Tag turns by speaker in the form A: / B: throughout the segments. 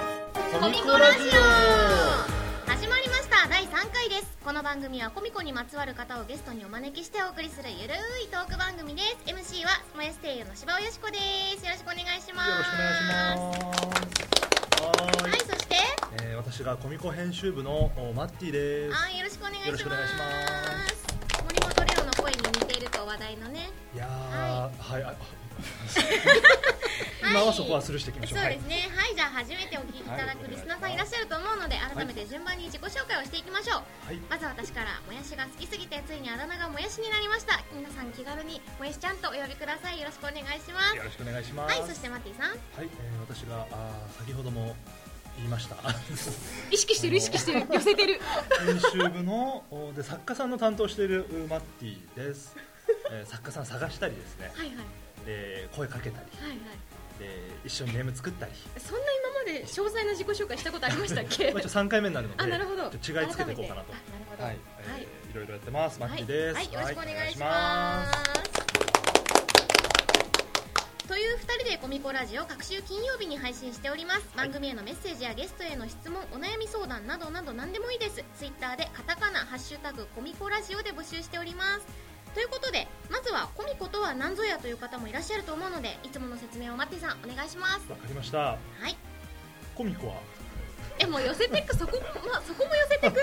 A: コミコラジオ始まりました第3回ですこの番組はコミコにまつわる方をゲストにお招きしてお送りするゆるいトーク番組です MC はスモエステイユの柴尾よしこですよろしくお願いします
B: よろしくお願いしますは
A: はいい、そして
B: えー、私がコミコ編集部のおマッティです
A: はいよろしくお願いしま
B: よろし
A: す
B: くお願いし
A: 森本レオの声に似ていると話題のね
B: いやーはい、あ今はそこはスルーしていき
A: そう
B: ま
A: で
B: し
A: す
B: ょう
A: ねはい、じゃあ初めてお聞きいただくリスナーさんいらっしゃると思うので改めて順番に自己紹介をしていきましょう
B: はい、は
A: ま
B: い
A: ず私からもやしが好きすぎてついにあだ名がもやしになりました皆さん気軽にもやしちゃんとお呼びくださいよろしくお願いします
B: よろしくお願いします
A: はいそしてマッティさん
B: はい、えー、私があー先ほども言いました
C: 意識してる意識してる寄せてる
B: 編集部のおで作家さんの担当しているうマッティです、えー、作家さん探したりですね
A: はいはい
B: で声かけたり
C: はいはい
B: で一緒にネーム作ったり
C: そんな今まで詳細な自己紹介したことありましたっけ
B: まあ、ちょ3回目になるので
C: あなるほど
B: ちょっと違いつけていこうかなと
C: 改めてあな
B: は
C: る
B: い
C: ほ、
B: え
C: ど
B: ー
C: はい
B: い、ろいろやってます。マッキーです。
A: はい、はいよろしくお願いし
B: は
A: ま
B: お願いし
A: す。という2人でコミコラジオを各週金曜日に配信しております番組へのメッセージやゲストへの質問お悩み相談などなど何でもいいですツイッターでカタカナ「ハッシュタグコミコラジオ」で募集しておりますということでまずはコミコとは何ぞやという方もいらっしゃると思うのでいつもの説明をマッティさんお願いします
B: わかりました。
A: はい
B: コミコは
C: えもう寄せてくそこも、まあ、そこも寄せ てく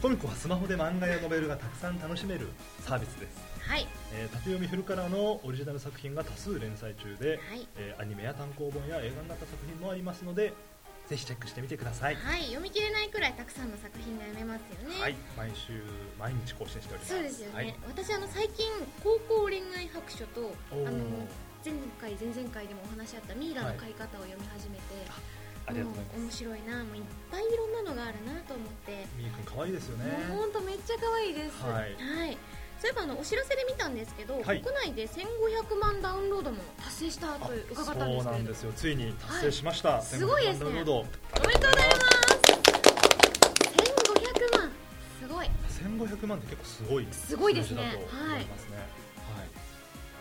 B: コミコはスマホで漫画やノベルがたくさん楽しめるサービスです。
A: はい
B: えー、縦読みフルカラーのオリジナル作品が多数連載中で、
A: はい
B: えーアニメや単行本や映画になった作品もありますので、ぜひチェックしてみてください。
A: はい読み切れないくらいたくさんの作品が読めますよね
B: はい、毎週毎日更新しております。
A: そうですよね、
B: はい、
A: 私あの最近高校恋愛白書とあ
B: おー
A: の前回前々回でもお話しあったミイラの買い方を読み始めて、
B: ありがとうござい
A: もう
B: ま
A: 面
B: す。
A: 白いなもういっぱいいろんなのがあるなと思って、
B: みーくん可愛いですよね。
C: もうほんとめっちゃ可愛いです、
B: はい。
A: はいそういえばあのお知らせで見たんですけど、
B: はい
A: 国内で1500万ダウンロードも
C: 達成した
B: あ
C: と伺ったん
B: そう
C: ですけ
B: な
C: れ
B: ん
C: ど
B: ですよ。ついに達成しました。
C: すごいですね
B: 1500ダウンロード
C: おめでとうございます
A: 1500万すごい
B: 1500万って結構すごい
C: すごいですね
B: 数字だと思いますね、はい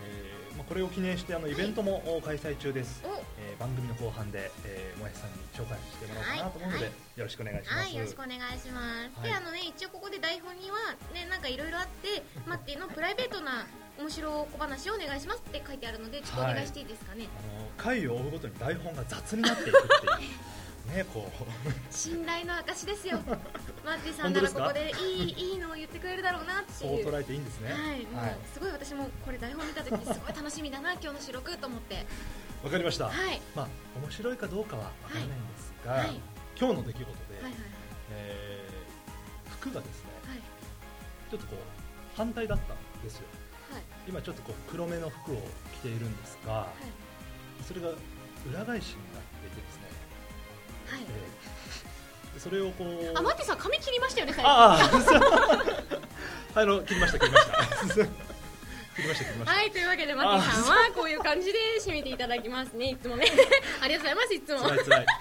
B: えーまあ、これを記念してあのイベントもお開催中です、
A: お
B: えー番組の後半で、えー、もやしさんに紹介してもらおうかなと思うので、
A: はい
B: よろしくお願いします、
A: はい、よろしくお願いします。
B: はい
A: で、あのね、一応ここで台本には、ね、なんかいろいろあって、マッティのプライベートな。面白小話をお願いしますって書いてあるので、ちょっとお願いしていいですか ね。
B: あの回を追うごとに台本が雑になっていくっていうね こう
A: 信頼の証ですよ。マッティさんな
B: 本当で
A: ら
B: す
A: こ
B: か
A: こでいい、いいのを言ってくれるだろうなって
B: そう
A: いう。
B: 捉えていいんですね
A: はい、も
B: わ、
A: うすごい私もこれ台本見 た時にすごい楽しみだな今日の収録と思って
B: わかりました、
A: はい
B: まあ面白いかどうかはわからないんですが、
A: はいはい
B: 今日の出来事で、
A: はいはい
B: えー服がですね
A: はい
B: ちょっとこう反対だったんですよ
A: はい
B: 今ちょっとこう黒目の服を着ているんですが
A: は
B: それが裏返しになっていてですね、
A: いはい
B: えーそれをこう
C: あマッティさん髪切りましたよね最近
B: ああそうあの切りました切りました切りました切りました、
C: はいというわけでマッティさんはこういう感じで締めていただきますねいつもね ありがとうございますいつも
B: 辛い辛い
C: は、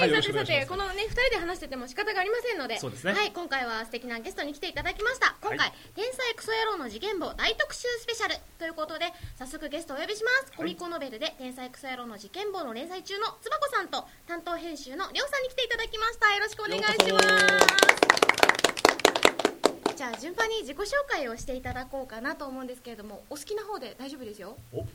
B: はいい
C: さてさ
B: よろしくお願いしま
C: て
B: す
C: このね2人で話してても仕方がありませんので
B: そうですね
A: はい、今回は素敵なゲストに来ていただきました今回、
B: はい
A: 天才クソ野郎の次元簿大特集スペシャルということで早速ゲストをお呼びします、コミコノベルで天才クソ野郎の次元簿の連載中のつばこさんと担当編集のりょうさんに来ていただきましたよろしくお願いしますじゃあ順番に自己紹介をしていただこうかなと思うんですけれどもお好きな方で大丈夫ですよ
B: お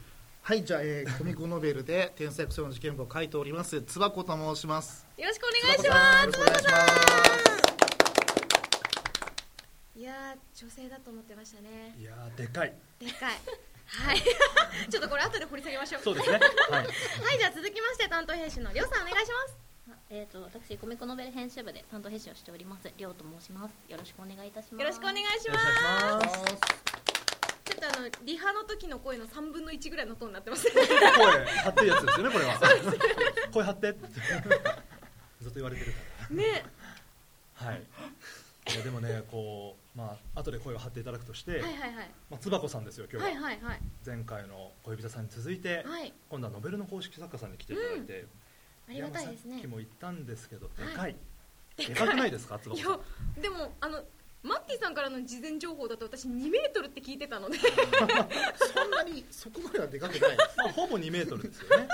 D: はい、じゃあ、えー、コミコノベルで天才クソの事件簿を書いております、つばこと申します。
C: よろしくお願いします
D: よろしくお願いします。
A: いやー女性だと思ってましたね
B: いやー でかい
A: でかいはい ちょっとこれ後で掘り下げましょう
B: そうですねは
A: は
B: い
A: い、じゃあ続きまして担当編集のりょうさんお願いします。
E: えー、と私コミコノベル編集部で担当編集をしておりますりょうと申しますよろしくお願いいたします
C: よろしくお願いし
B: よ
C: ま
B: ろし
C: す
B: くお願いします
C: ちょっとあのリハの時の声の3分の1ぐらいのトーンになってます
B: 声張ってるやつですよねこれは声張ってってずっと言われてるから
C: ね
B: はい、いやでもね、こう、まあ後で声を張っていただくとして、
A: はいはいはい。
B: まあ、つばこさんですよ、今
A: は
B: 日は、
A: いはいはい。
B: 前回の恋人さんに続いて、
A: はい。
B: 今度はノベルの公式作家さんに来ていただいて、
A: ありがたいです
B: いやま
A: ね
B: あさっき。も言ったんですけど、でかい、
A: はい
B: でかくないですか、つば
C: い
B: こ
C: や
B: さん。
C: でもあの
A: マッティさんからの事前情報だと私2メートルって聞いてたので
D: そんなにそこまではでかくない
B: まあ、ほぼ2メートルです よね。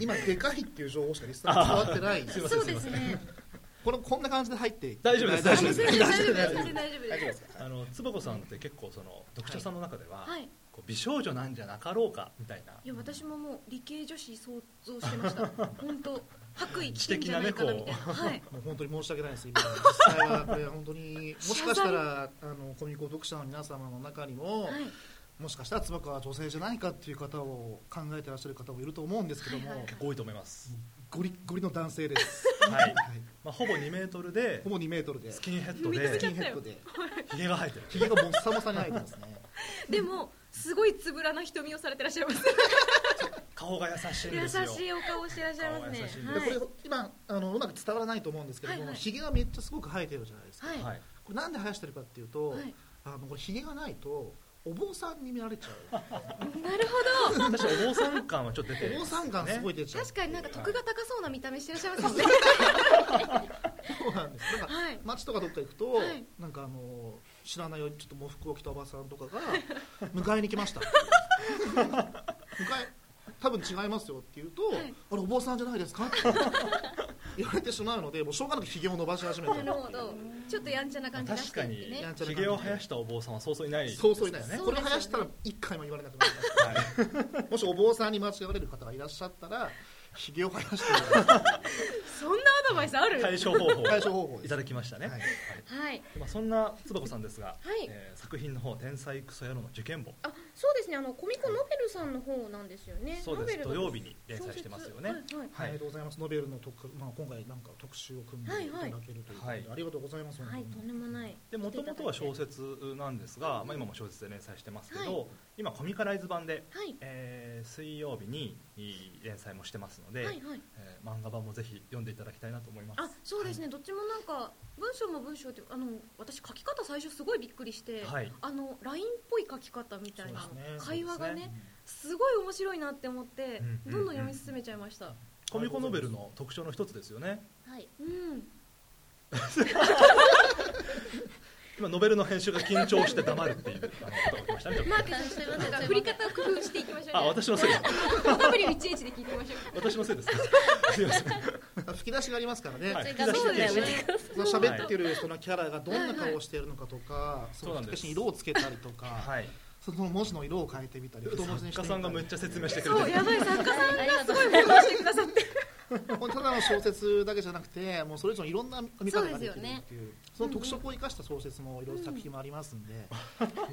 D: 今でかいっていう情報しかリストに伝わってないんです
B: すい
D: よ
B: ません、
F: そう
B: すい
F: で
B: ますせん。
F: ね
D: これこんな感じで入って
B: 大丈夫です
D: 大丈夫
B: 大
D: です
A: 大丈夫です
D: 大
A: 大
D: 丈
A: 丈夫
D: 夫
A: です
D: 大丈夫ですか
B: あの坪子さんって結構その読者さんの中では、
A: はい
B: こう美少女なんじゃなかろうかみたいない
A: や私ももう理系女子想像して ました本当白衣着てんじゃ
B: 知的なね
A: ないかなみたいなはい
D: もう本当に申し訳ないです今実際はこれ本当にもしかしたらあのコミコ読者の皆様の中にも、
A: はい
D: もしかしたら椿は女性じゃないかっていう方を考えてらっしゃる方もいると思うんですけども、
B: 結構多いと思います。
D: ゴリッゴリの男性です、
B: はい。
D: はい、
B: まあほぼ2メートルで
D: ほぼ2メートルで
B: スキンヘッド
A: めっ
D: ス
A: ち
D: キ
A: ゃ
B: で
D: ンヘッドで
B: ひげが生えてる。
D: ひげがもっさもさに入ってますね
A: でもすごいつぶらな瞳をされてらっしゃいます
B: 顔が優しいん
A: 優
B: ですよ。
A: しいお顔してらっしゃいますね
B: 顔優しいん
D: で
B: は
D: これ今あのうまく伝わらないと思うんですけども、
A: はいはい
D: ひげがめっちゃすごく生えてるじゃないですか、
A: はい
B: は
A: はい
B: い。
D: これなんで生やしてるかっていうと、
A: はい
D: あのこれひげがないとお坊さんに見られちゃう
A: なるほど
B: 確かお坊さん感はちょっと出てる、
D: お坊さん感すご
B: い。
D: い出ちゃう
A: 確かになんか徳が高そうな見た目してらっしゃいますね
D: そうなんで すなんか
A: はい
D: 街とかどっか行くと、
A: はい
D: なんかあの知らないよちょっと喪服を着たおばさんとかが 迎えに来ました迎え多分違いますよって言うと、
A: はい
D: あれお坊さんじゃないですかって言われてしまうのでもうしょうがなくひげを伸ばし始めて
A: な るほどちょっとやんちゃな感じ出し
B: 確
A: て
B: か
A: る
B: に
A: んでね
B: ひげを生やしたお坊さんはそうそういないです
D: そ
B: よ
D: う
B: ね。
D: そういないですね
A: そう
D: こ
A: です
D: れ
A: よね
D: 生やしたら一回も言われなくなりまし
B: はい。
D: たもしお坊さんに間違われる方がいらっしゃっ たらひげを生やしてる
A: そんなアドバイスあ る
B: 対処方法。
D: 対処方法です
B: いただきましたね。
D: は
B: はいい。
A: はい
B: まあそんなつばこさんですが、
F: はい
B: えー作品の方天才クソ野郎の受験簿。
F: あそうですねあのコミコノベルさんの方なんですよね
B: そうです。土
F: ノベル
B: 曜
F: の
B: 日に連載してますよ
F: 小
B: ね。
F: 説はいはい
D: あ
B: は
D: りが
B: い
D: と。うございますノベルの特、まあ、今回なんか特集を組んでいただけるということで、
B: はいはい
D: ありがとうございます、
F: はい、
D: 本
F: と
D: 当に
F: んでもない。
B: で
F: 来て
B: 元
F: いただいて
B: 々は小説なんですが、まあ、今も小説で連載してますけど、
F: は
B: 今コミカライズ版で、
F: はい。
B: えー水曜日にいい連載もしてますので、
F: はいはい。
B: えー漫画版もぜひ読んでいただきたいなと思います
A: あそうですね、どっちもなんか文章も文章ってあの私書き方最初すごいびっくりして、
B: はい
A: あの LINE っぽい書き方みたいな、
D: そうですね
A: 会話がね
B: そうですす
A: ごい面白いなって思って、
B: うん
A: どんどん読み進めちゃいました、
B: コミコノベルの特徴の一つですよね
E: はい
A: うん
B: 今ノベルの編集が緊張して黙るっていうあのことが起きましたね
A: マークさんしてます が振り方を工夫していきましょう、ね、
B: あ私のせいです
A: W1H で聞いてみましょ
B: 私のせいですすいません
D: 吹き出しがありますからね、
B: はい
E: それ
A: う
E: が
A: そうです
E: そう
A: ね
E: だよ
D: その喋ってるそのキャラがどんな顔をしているのかとか、そ
B: そうな
D: の
B: ん
D: 引
B: で
D: き
B: す
D: 出しに色をつけたりとか、
B: はい
D: その文字の色を変えてみたり、太文字にして
B: 作家
D: みた
B: さ
D: り
B: んがめっちゃ説明してく
A: そ
B: れて
A: う
B: る
A: やばい作家さん
E: ありが
A: す
E: とう
A: ごいフォローしてくださって
D: これただの小説だけじゃなくて、もうそれ以上にいろんな見方
A: そうで
D: ができるって
A: すよね
D: いう、その特色を生かした小説もいろいろ作品もありますんで、ぜ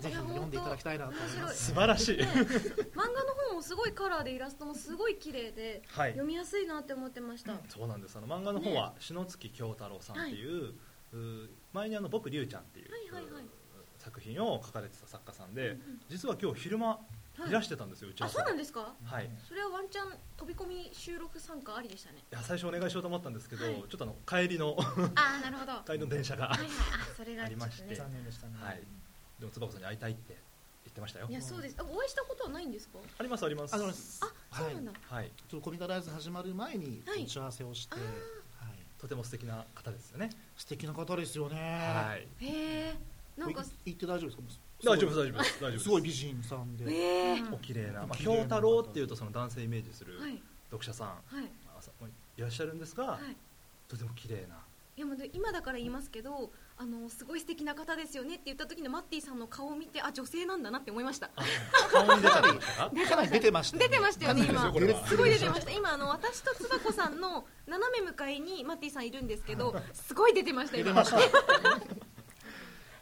D: ひ読んでいただきたいなと思い
A: 面
D: ま
A: 白い
D: す。
B: 素晴らしい
A: 漫画の方もすごいカラーでイラストもすごい綺麗で
B: はい
A: 読みやすいなって思ってました、
B: そうなんですあの漫画の方は篠月京太郎さんっていう,うー、前にあの僕龍ちゃんっていう、
A: はいはいはいう
B: ー作品を書かれてた作家さんで、実は今日昼間
A: はい
B: いらしてたんですよ、うち
A: あそうなん
B: す
A: ですか
B: はいい
A: それはワンチャン飛び込み収録参加ありでしたね
B: や最初お願いしようと思ったんですけど、
A: はい
B: ちょっとあの帰りの
A: ああなるほど
B: 帰りの電車が、
A: はいはい、あ、それが
B: ありまし
A: ち
B: て
A: ょっ
D: 残念でしたね。
B: はいでもつばこさんに会いたいって言ってましたよ
A: とねいや、そうです。あお会いしたことはないんですか。
B: ありますあります
D: あのです
A: あ、そうなんだ。
B: はい
D: ちょっとコミカライズ始まる前に
A: はい
D: 打ち合わせをして、
A: あ
D: は
A: ー
D: い
B: とても素敵な方ですよね
D: 素敵な方ですよね。
B: はい
A: へえ、なんか
D: い、言って大丈夫ですか？
B: 大丈夫です大丈
D: すごい
B: 夫で す大丈夫です
D: すごい美人さんで。
A: ええ、
B: お綺麗な、ま
D: お
B: あ、
D: 綺麗な
B: 京太郎っていうとその男性イメージする
A: はい、
B: 読者さん、
A: はい、
B: あさいらっしゃるんですが、
A: はい。
B: とても綺麗ない
A: や、もうで、今だから言いますけど、あの、すごい素敵な方ですよねって言った時のマッティさんの顔を見て、あ、女性なんだなって思いました。
B: 顔に出たりした
D: かなり出てました、
A: 出てましたよね、今
B: こ。れは
A: すごい出てました。今、あの、私とつばこさんの斜め向かいにマッティさんいるんですけど、すごい出てました。
D: 出て
A: 今
D: ました。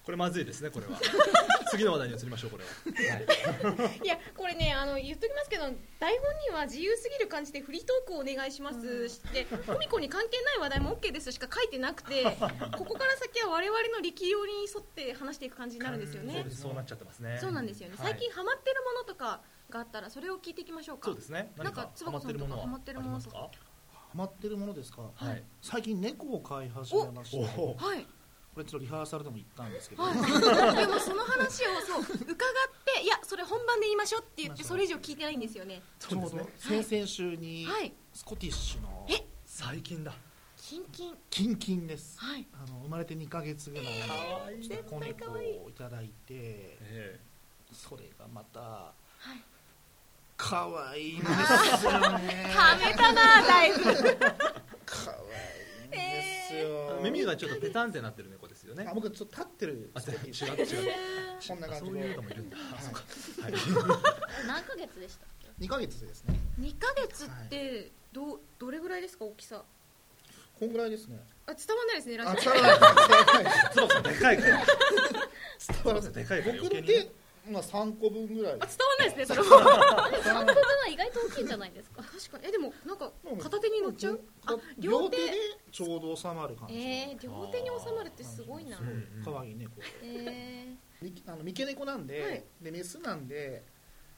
B: これまずいですねこれ は次の話題に移りましょうこれは、はい、
A: いやこれねあの言っときますけど台本には自由すぎる感じでフリートークをお願いしますしてコミコに関係ない話題も OK ですしか書いてなく てここから先は我々の力量に沿って話していく感じになるんですよ
B: そう
A: ね
B: で。すそうなっちゃってますね
A: そうなんですよね、
B: はい
A: 最近ハマってるものとかがあったらそれを聞いていきましょうか。
B: そうですね
A: なん
B: 何
A: か
B: か
A: つ
B: ハ
A: ばこ
B: マっ
A: さん
B: てる
A: と
B: も
A: か
B: のは
A: ハマ
B: あ
A: ってる
B: り
A: もの
B: ます
A: とか
B: か
D: ハマってるものですか、
B: はい
D: 最近猫を飼い始めました
B: お
D: こ
B: お
A: はい、
D: れちょっとリハーサルでも言ったんですけど、
A: はい、でもその話をそう伺っていやそれ本番で言いましょうって言ってそれ以上聞いてないんですよね。
D: ちょうど
B: そうで
D: 先々週に
A: はい
D: スコティッシュの
A: え
B: 最近だ
F: キンキン
D: キンキンです
F: はい
D: あの生まれて2ヶ月ぐらい
B: 可愛い
D: の
A: 絶
D: 子
A: 対可愛い
D: 猫をいただいて
B: え
D: それがまた
F: はい
D: 可愛いんですよね
A: はめたなだいぶ
D: 可愛いんですよ
B: え耳がちょっとペタンってなってる猫ですよね
D: あ僕ちょっと立ってる
B: あ違う違う違う
D: こんな
B: あ
D: 感
B: そう
D: じ
B: いう
D: で
B: のもいるんだ
D: はい
B: あそうかはい
E: 何ヶ月でしたっけ
D: 2ヶ月ですね
A: 2ヶ月ってどうどれぐらいですか大きさ
D: こんぐらいですね
A: あ伝わんないですねラジ
D: あ
A: オ
D: 伝わら ない
B: そうそうでかいから
D: 伝わらない
B: でかいから
D: 僕
B: 余計にね
D: でまあ3個分ぐらい
A: あ伝わんないですねそれは
E: 3個分は意外と大きいんじゃないですか
A: 確かにえでもなんか片手に乗っちゃうあ
D: あ
A: 両
D: 両
A: 手
D: 手でちょうど収まる感じ
A: えー、両手に収まるってすごいな
B: うんうん
D: 可愛い猫
A: え
D: みあの三毛猫なんで、
A: はい
D: でメスなんで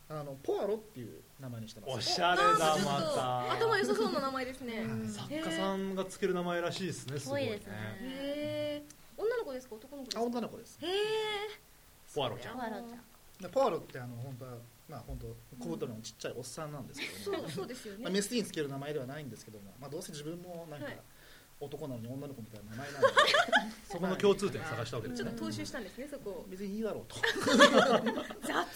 D: あのポアロっていう名前にしてま
B: お
D: す
B: しゃれ
A: ー
B: だ
A: なんかちょっと
B: また
A: 頭良さそうな名前ですね
D: うん
B: 作家さんがつける名前らしいですねすごい
E: ぽい
B: ね
E: ですね
A: へえ女の子ですか男の子です
D: あ
A: か
D: 女の子です
A: へえ
B: ポアロちゃん
E: わらちゃん
D: でポアロってあの本当はまあ本当小太りのちっちゃいおっさんなんですけ
A: そ
D: どね、
A: うそうですよね
D: まあ、メスにつける名前ではないんですけども、まあ、どうせ自分もなんか、
A: はい
D: 男なのに女の子みたいな名前 なんで
B: そこの共通点を探したわけです
A: ちょっ
B: ね
A: と踏襲したんですねそこを
D: 別にいいだろうと
A: 雑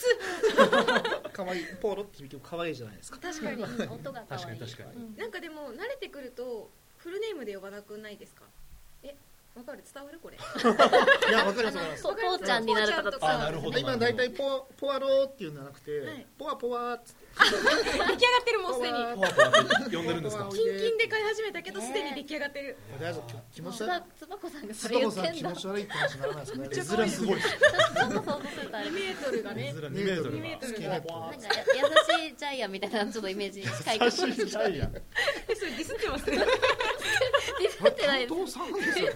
D: 可愛いポアロって結構可愛いじゃないですか
A: 確かに
E: 音が
B: 確か
E: 可愛い
B: に確かに
E: うん
A: なんかでも慣れてくるとフルネームで呼ばなくないですかえわかる伝わるこれ
D: いやわかりますわかります
E: そうポーちゃんになる方と
A: ポーちゃんとか
E: か
B: あなるほど
D: 今大体ポアポアロっていうんじゃなくて、
A: はい
D: ポアポワーっつって
A: 出来上がってるもうすでに
D: ポ
B: ポ
D: ワ
B: アポアって呼んでるんですか
D: ポアポ
A: キンキンで飼い始めたけどすでに出来上がってる
D: とりあえず気持ち
E: つ
D: 悪い
E: ばつばこさんがそ
D: 須
E: れ言
D: 藤
E: っ
D: さん
E: てん
D: 気
E: だ
D: 持ち悪いって話にならないですかね
A: ちゃ
B: 絵面すごいですね
E: ちょっと想像するとあれ
A: 2
E: なんか
A: メートルがね
B: 絵面2メートル
A: 2メートル
D: スキンヘッド
B: が
E: や優しいジャイアンみたいなちょっとイメージに近いか
B: 優
E: も
B: しいジャイアン
A: え それディスってますね
E: ディスってないです
D: 担当さんですよ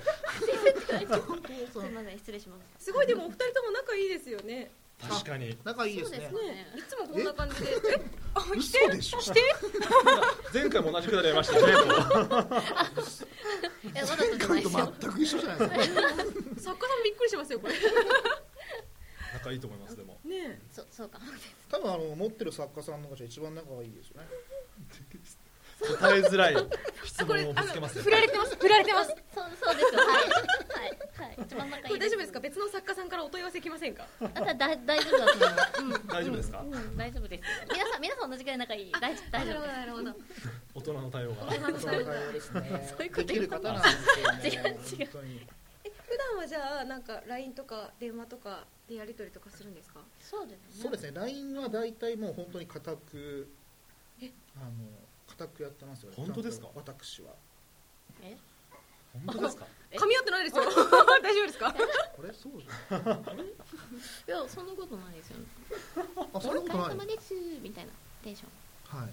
D: 担当
E: す
D: さ
E: み
D: ん
E: ません失礼します
A: すごいでもお二人とも仲いいですよね
B: 確かに
D: 仲いいです
E: そう
D: ね
E: です
A: ねいつもこんな感じでえあ来て
D: 嘘でしょ
A: 来て
B: 前回も同じくだりありましたよね
E: いやわざとじゃな
D: 彼
E: いで
D: と
E: すよ
D: 全く一緒じゃないですか
A: 作家さんびっくりしますよこれ
B: 仲いいと思いますでも
A: ね
E: そうそうか
D: 多分あの持ってる作家さんの方が一番仲がいいですよね
B: 答えづらい質
A: あこれ
B: 問を
A: あ
B: ぶ
A: の
B: つけますね
A: 振られてます振られてます
E: そうそうですよはいはいはい一番仲い
A: こ
E: い
A: れ大丈夫ですか別の作家さんからお問い合わせ来ませんか
E: あだ大大丈夫だと思います
B: 大丈夫ですか
E: うん大丈夫です皆さん皆さん同じくらい仲いい大丈夫大丈夫です
A: なるほどなる
B: 大人の対応が
A: ほど
D: その会話ですね
E: そういうこと
D: できる方なんですよね
E: 違う違う
D: 本当に
A: え普段はじゃあなんか LINE とか電話とかでやり取りとかするんですか
E: そうです
D: そうですね LINE は大体もう本当に固くあの固くやってますよ
B: 本当ですか
D: ちゃんと私は
E: え
B: 本当ですか
E: え
A: 噛み合ってないですよ 大丈夫ですか
D: あれそうじ
E: いやそんなことないですよね
D: ゃんあ
E: お
D: そんなこと
E: 疲
D: な
E: れ
D: い
E: 様ですみたいなテンション
D: はい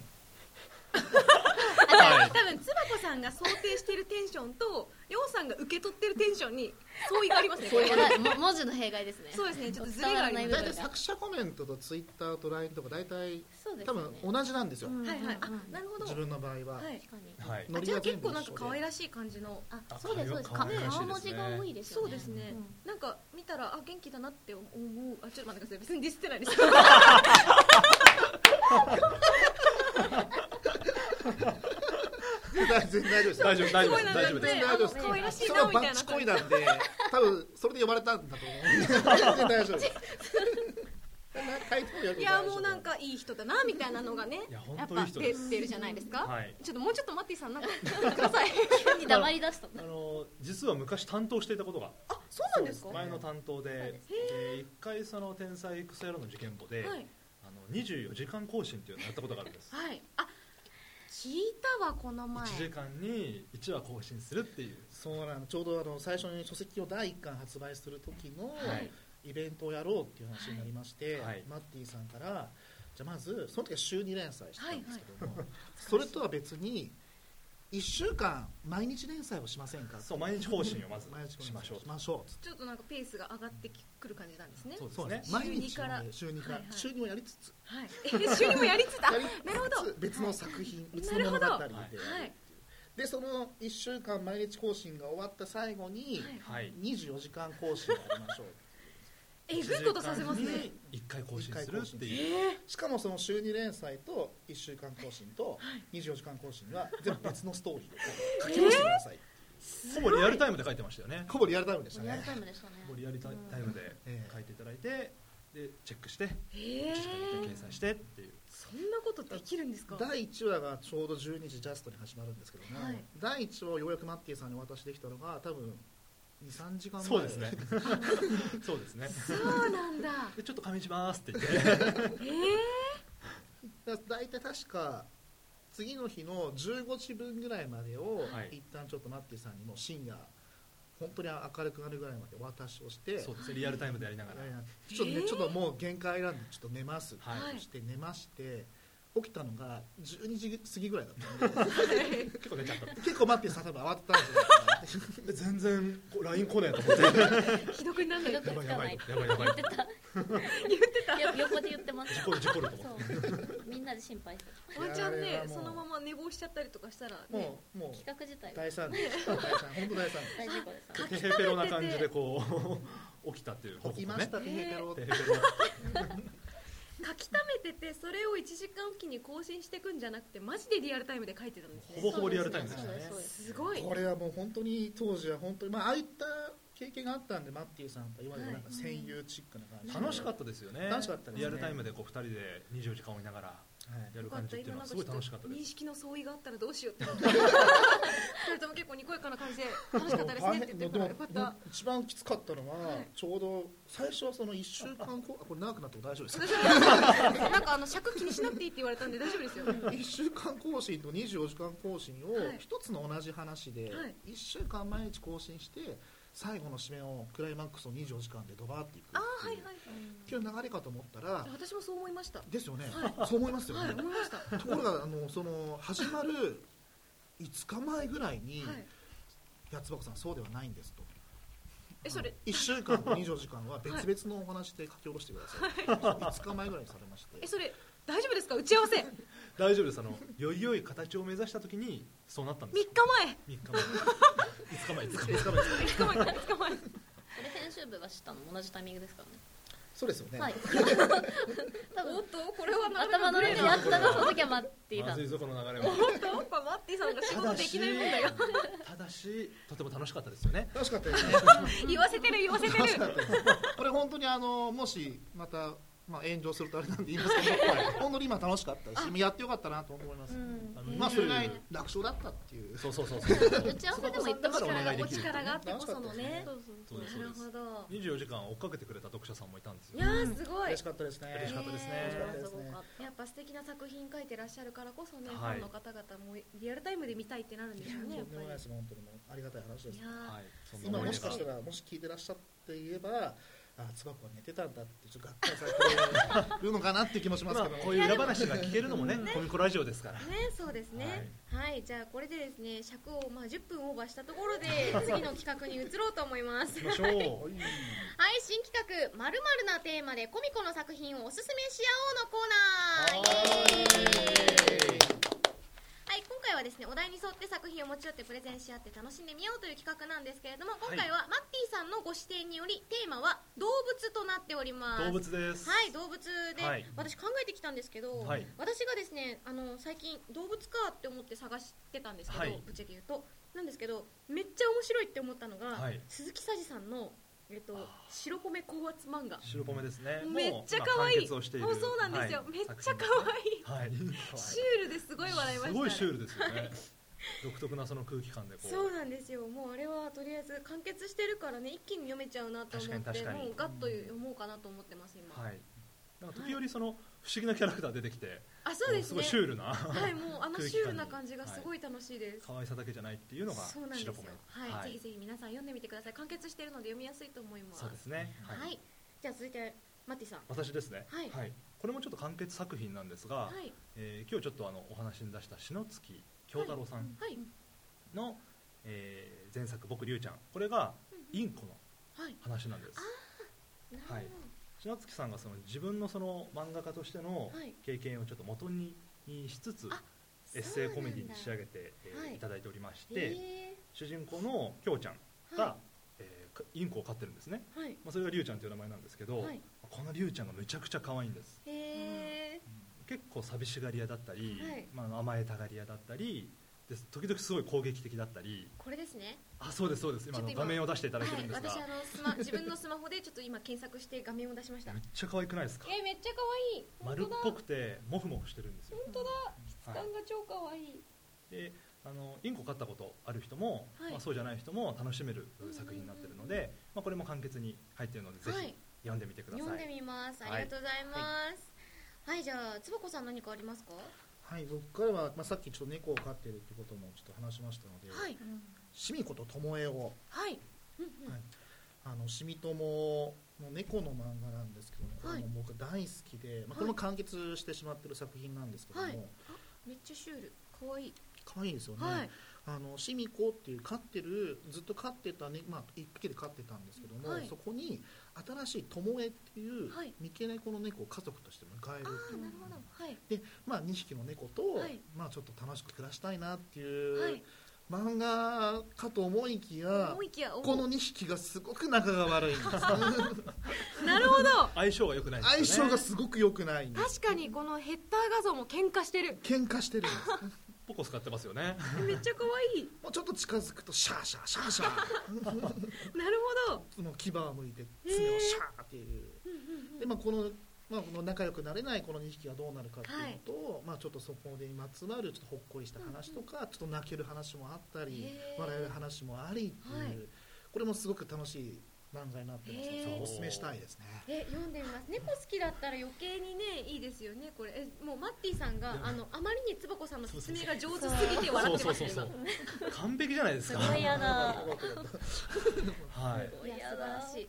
B: は
A: 多分つばこさんが想定しているテンションとようさんが受け取ってるテンションに相違がありますねこれ
E: やばいも文字の弊害ですね
A: そうですねちょっとズレがありま
E: 伝わら
D: 大
A: す
D: 体
E: な
D: 作者コメントとツイッターと LINE とか大体
E: そうです
D: 多
E: よね
D: 分同じなんですよ
E: うん
A: はいはいあ
E: うん
A: なるほど
D: 自分の場合は
A: はい
E: 確かに
B: はい
D: ノ
A: あ
D: リ
A: じゃ
D: が
A: あ結
D: 全
A: 構
D: 部一緒
A: な
D: で
A: んか可愛らしい感じの
E: あそうですそうです
B: 顔
E: か
B: が可愛らしいですね
E: 顔文字が多いですよ
A: そう
E: ね
A: ですね
E: うん
A: なんか見たらあ元気だなって思うあちょっと待ってください別にディスってないですそう
D: 大全然大丈夫です
B: 大丈夫大丈夫で
A: す
B: す
A: ごい
B: 大丈夫です
D: 大丈夫です
A: 可愛らしい
D: そ
A: な
D: の
A: み
D: バ
A: たい
D: ッ
A: な
D: チ恋なんで多分それで呼ばれたんだと思うんで全然 大丈夫です回答より
A: いやもうなんかいい人だなみたいなのがね
B: いや
A: や
B: 本
A: っ
B: 当い
A: ぱ
B: い人
A: 出
B: です
A: てるじゃないですか、
B: はい
A: ちょっともうちょっとマッティさんなんかください
E: 急に黙り出した
B: あの実は昔担当していたことが
A: あそうなん ですか
B: 前の担当でで一回その天才育成野の事件簿で
A: はい、
B: あの24時間更新っていうのをやったことがあるんです
A: はい、あ聞いたわこの前
B: 1時間に1話更新するっていう
D: そうなのちょうどあの最初に書籍を第一巻発売する時の
B: はい
D: イベントをやろうっていう話になりまして、
B: はいはい
D: マッティさんからじゃあまずその時は週2連載してたんですけども、そ
A: 懐
D: れ
A: かしい
D: とは別に1週間毎日連載をしませんか
B: そう毎日更新をまず
D: 毎日更新
B: しましょう
D: しましょう
A: ちょっとなんかペースが上がってくる感じなんですね
B: そうです
D: そう
B: ね
D: ですね毎
A: 週二
D: 日
A: から
D: 週2から、
A: はいはい
D: 週2をやりつつ
A: はい、え週にもやりつつあ
D: やり
A: なるほど
D: つつ別の作品、
A: い
D: 別の物語でやるってい
B: なるほ
D: う、
A: どはい
D: でその1週間毎日更新が終わった最後に、
B: はい
D: 24時間更新をやりましょう
A: えぐいことさせますね
B: に一回更新するっていう
D: しかもその週2連載と1週間更新と24時間更新は全部別のストーリーを書き直してください、
B: ほぼリアルタイムで書いてましたよね
D: ほぼリアルタイムでした
E: リアル
D: ね
E: タイムでしたね
B: ほぼリアルタイムで
D: ええ
B: 書いていただいてでチェックして
A: え
B: 自治体で
A: ー
B: 掲載してっていう
A: そんなことできるんですか
D: 第1話がちょうど12時ジャストに始まるんですけども、
A: はい
D: 第1話をようやくマッティさんにお渡しできたのが多分23時間前
B: そうです ねそうですね
A: そうなんだ
B: でちょっと仮眠しますって言って
A: えー
D: だ大体確か次の日の15時分ぐらいまでを、
B: はい
D: 一旦ちょっとマッティさんにもう深夜本当に明るくなるぐらいまでお渡しをして
B: そうですねリアルタイムでやりながら
D: いやいやちょっとね、
A: えー
D: ちょっともう限界なんでちょっと寝ます、
B: はい
D: そして寝まして起きたのが12時過ぎぐらいだったので
B: 結構寝ちゃった
D: 結構待ってさ多分慌てたんじゃないか
B: で全然こう LINE 来ねえと思ってや
A: 既読になんない
E: 既 読
B: ばいやばい
E: つ
B: やばいやばい
E: 言ってた
A: 言ってた
E: よ横で言ってまし
B: 事
E: た
B: 故る事故ると
E: そ
B: 思って
E: うみんなで心配してた
A: ワンちゃん
D: いやあ
A: ね
D: れはもう
A: そのまま寝坊しちゃったりとかしたら
D: な
A: ね
D: もうも
E: 企
D: う
E: 画自体が
D: 大惨事大惨本当大惨
E: 大事故でさ
A: か
B: テヘペロな感じでこう起きたっていう報告
D: 事起き
B: ね
D: ましたね
A: ね
D: ヘペロ
B: テヘペロ
A: 書き溜めててそれを1時間おきに更新していくんじゃなくてマジでリアルタイムで書いてたんですね
B: ほぼほぼリアルタイムでした
E: そう
B: ね
E: ですそうです
A: すごい
D: これはもう本当に当時は本当にまあああいった経験があったんでマッティさんと今でもなんか戦友チックな感じで、
B: 楽しかったですよね
D: 楽しかったですね
B: リアルタイムでこう2人で24時間追いながら
D: はい
A: よ
B: やる
A: かっ
B: 感じ
A: た
B: っていう
A: 今
B: の
A: な
B: は
A: んか
B: すごい楽しかったで
A: 認
B: す
A: 識の相違があったらどうしようって思って2人とも結構にこやかな感じで楽しかったですねって言ってるからよかっ
D: でも
A: た
D: もう一番きつかったのは、
A: はい
D: ちょうど最初はその1週間後あこれ長くなっても大丈夫ですか
A: 私はなんかあの尺気にしなくていいって言われたんで大丈夫ですよ
D: 1週間更新と24時間更新を
A: はい
D: 一つの同じ話で
A: はい
D: 1週間毎日更新して最後の締めをクライマックスを24時間でドバーっていく
A: あ
D: っ
A: あ
D: て
A: はいいうはい
D: っていう流れかと思ったら
A: 私もそう思いましたは
D: ですよね、
A: は
D: そう思いますよね、
A: い思いましたは
D: ところがあのその始まる5日前ぐらいに、
A: い
D: 八つばこさんそうではないんですと
A: えそれ
D: 1週間と24時間は別々のお話で書き下ろしてください、5日前ぐらいにされまして
A: えそれ大丈夫ですか打ち合わせ3
B: 大丈夫ですあのより良い形を目指した時にそうなったんです
A: 日
B: よ
A: 前
B: 3日前5日前5日前
D: 5日前
A: 3日前3日前
E: それ編集部が知ったの同じタイミングですからね
D: そうですよね、
E: はい。多
A: お
E: 分
A: っとこれはなる
E: 頭の中でやったなその時は待ってい
B: ま
E: た
B: ずいぞこの流れ
A: お
B: は
A: っとやっぱマッティさんが仕事できない問 題が
B: ただしとても楽しかったですよね
D: 楽しかったですね
A: 言わせてる言わせてる
D: 楽しかったです これ本当にあのもしまた、まあ、炎上するとあれなんで言いますけど、本当に今楽しかったしやってよかったなと思います、
E: うん
B: あ
D: まあそれが
B: いい
D: 楽勝だったっていう
B: そうそうそうそうそう
E: 打ち合わせでも言ってました
B: お
E: から
B: 願いで
A: お
B: きる
A: 力があってこそのね
E: そうそう
B: そうですそうです
A: ど
B: 24時間追っかけてくれた読者さんもいたんで
A: い
B: すよ
A: やーすごい
D: 嬉しかったですね
B: 嬉しかったですね
D: 嬉しかったですす
E: ご
D: ね
E: かっ
A: やっぱ素敵な作品書いてらっしゃるからこそね、
B: はい
A: ファンの方々もリアルタイムで見たいってなるんでしょうねやっ
D: とんでもない
A: ぱ
D: です本当にもうありがたい話で
A: り
D: す
A: いやー、
B: はいそんな
D: 今
B: 思い
D: も
B: 出
D: し
B: が
D: かしたらもし聞いてらっしゃって言えばあつばこは寝てたんだってちょっとがっかりされてるのかなっていう気もします
B: まあ
D: けど、
B: こういう裏話が聞けるのもねコミコラジオですから
A: ねそうですねはい、じゃあこれでですね尺をまあ10分オーバーしたとこ ろで次の企画に移ろうと思います
B: 行きましょう
F: はい新企画まるなテーマでコミコの作品をおすすめし合おうのコーナーイエーイはい、今回はですねお題に沿って作品を持ち寄ってプレゼンし合って楽しんでみようという企画なんですけれども今回はマッティさんのご指定によりテーマは動物となっております
B: 動物です
F: はい動物で、
B: はい
F: 私考えてきたんですけど、
B: はい
F: 私がですねあの最近動物かって思って探してたんですけど、
B: はい
F: ぶっちゃけ言うとなんですけどめっちゃ面白いって思ったのが、
B: はい
F: 鈴木さじさんの、えっと、白米高圧漫画
B: 白米ですね
A: めっちゃ可愛い
B: もう今完結をしている
A: もうそうなんですよ、
B: はい
A: めっちゃ可愛い
B: はい
A: シュールですごい笑いました
B: すごいシュールですよね独特なその空気感でこ
A: そう
B: う
A: なんですよもうあれはとりあえず完結してるからね一気に読めちゃうなと思って
B: 確かに確かに
A: もうガッと読もうかなと思ってます今、
B: はいなんか時折その不思議なキャラクター出てきて
A: あそうですす
B: ご
A: ね
B: いシュールな
A: はいもうあの
B: 空気感
A: シュ
B: に
A: ールな感じがすごい楽しいです、
B: 可愛さだけじゃないっていうのが
A: そうなんですよ
B: 白米
A: はい、ぜひぜひ皆さん読んでみてください完結してるので読みやすいと思います
B: そうですね
F: はい、じゃあ続いてマッティさん
B: 私ですね、
F: はい
B: これもちょっと完結作品なんですが、
A: はい
B: えー今日ちょっとあのお話に出した篠月京太郎さん
A: はい
B: の、えー前作「僕りゅうちゃん」これがインコの
A: はい
B: 話なんです、
F: な
B: はい
F: るほど
B: 篠月さんがその自分のその漫画家としての
F: はい
B: 経験をちょっと元にしつつ、
F: あ
B: エッセイコメディに仕上げて、えー
F: はい
B: いただいておりまして、
F: え
B: 主人公のきょうちゃん
F: ー
B: が、
F: は
B: えーインコを飼ってるんですね、
A: はい
B: まあ、それがリュウちゃんという名前なんですけど、
A: はい
B: このリュウちゃんがめちゃくちゃ可愛いんです
A: へえ
B: 結構寂しがり屋だったり、
A: はい
B: まあ、甘えたがり屋だったりで時々すごい攻撃的だったり
F: これですね
B: あそうですそうです今あの
A: ちょっと今
B: 画面を出していただいて
A: は
B: る
A: い
B: んですが、
A: 私あの スマ自分のスマホでちょっと今検索して画面を出しました
B: めっちゃ可愛くないですか
A: えめっちゃ可愛い
B: 丸っ
A: 本当
B: こ
A: だ
B: くてモフモフしてるんですよ
A: 本当だ質
B: はい
A: 感が超可愛い
B: であのインコ飼ったことある人も、
A: はい
B: まあ、そうじゃない人も楽しめる作品になってるので、まあ、これも簡潔に入っているのでぜ
F: は
B: ひ
F: い
B: 読んでみてください、
F: 読んでみますありがとうございますはい、じゃあつばこさん何かありますか
D: はい、僕からは、まあ、さっきちょっと猫を飼ってるってこともちょっと話しましたので、
A: はい
D: シミ子と友恵を、
A: はい
D: あのシミ友の猫の漫画なんですけどね、これも僕大好きで、まあ、これも完結してしまってる作品なんですけども、
F: はい
A: めっちゃシュール可愛い
D: 可愛いですよね、
A: はい
D: あのシミ子っていう飼ってるずっと飼ってたね、まあ、一匹で飼ってたんですけども、
A: はい
D: そこに新しい友恵っていう
A: はい
D: 三毛猫の猫を家族として迎える
A: あ
D: って
A: あ
D: いう
A: なるほどはい
D: で、まあ、2匹の猫と、
A: はい
D: まあ、ちょっと楽しく暮らしたいなって
A: は
D: いう
A: い
D: 漫画かと思いきや、
A: 思いきやお
D: この2匹がすごく仲が悪い んですね
A: なる ほど
B: 相性が良くないですよね
D: 相性がすごく良くないんです
A: 確かにこのヘッダー画像も喧嘩 してる
D: 喧嘩してるんです
B: ポコ使ってますよね
A: めっちゃ可愛い
D: もうちょっと近づくとシャーシャーシャーシャー
A: なるほど
D: もう牙を向いて爪をシャーっていうで、まあ、この、まあ、この仲良くなれないこの2匹がどうなるかっていうのと、まあ、ちょっとそこでまつわるちょっとほっこりした話とか、ちょっと泣ける話もあったり
A: へー
D: 笑える話もありっていう、
A: はい
D: これもすごく楽しい漫画になってます
A: へ
D: の
A: ー
D: でおすすめしたいですね
A: え読んでみます猫好きだったら余計にねいいですよねこれえもうマッティさんがあのあまりにつばこさんの説明が上手すぎて笑
B: そ
A: っ
B: う
A: て
B: そ
A: ます
B: うそう
A: ね
B: そう完璧じゃないです
E: す
B: か
E: ごい嫌だ
B: はい
E: ご
A: 今いや素晴らしい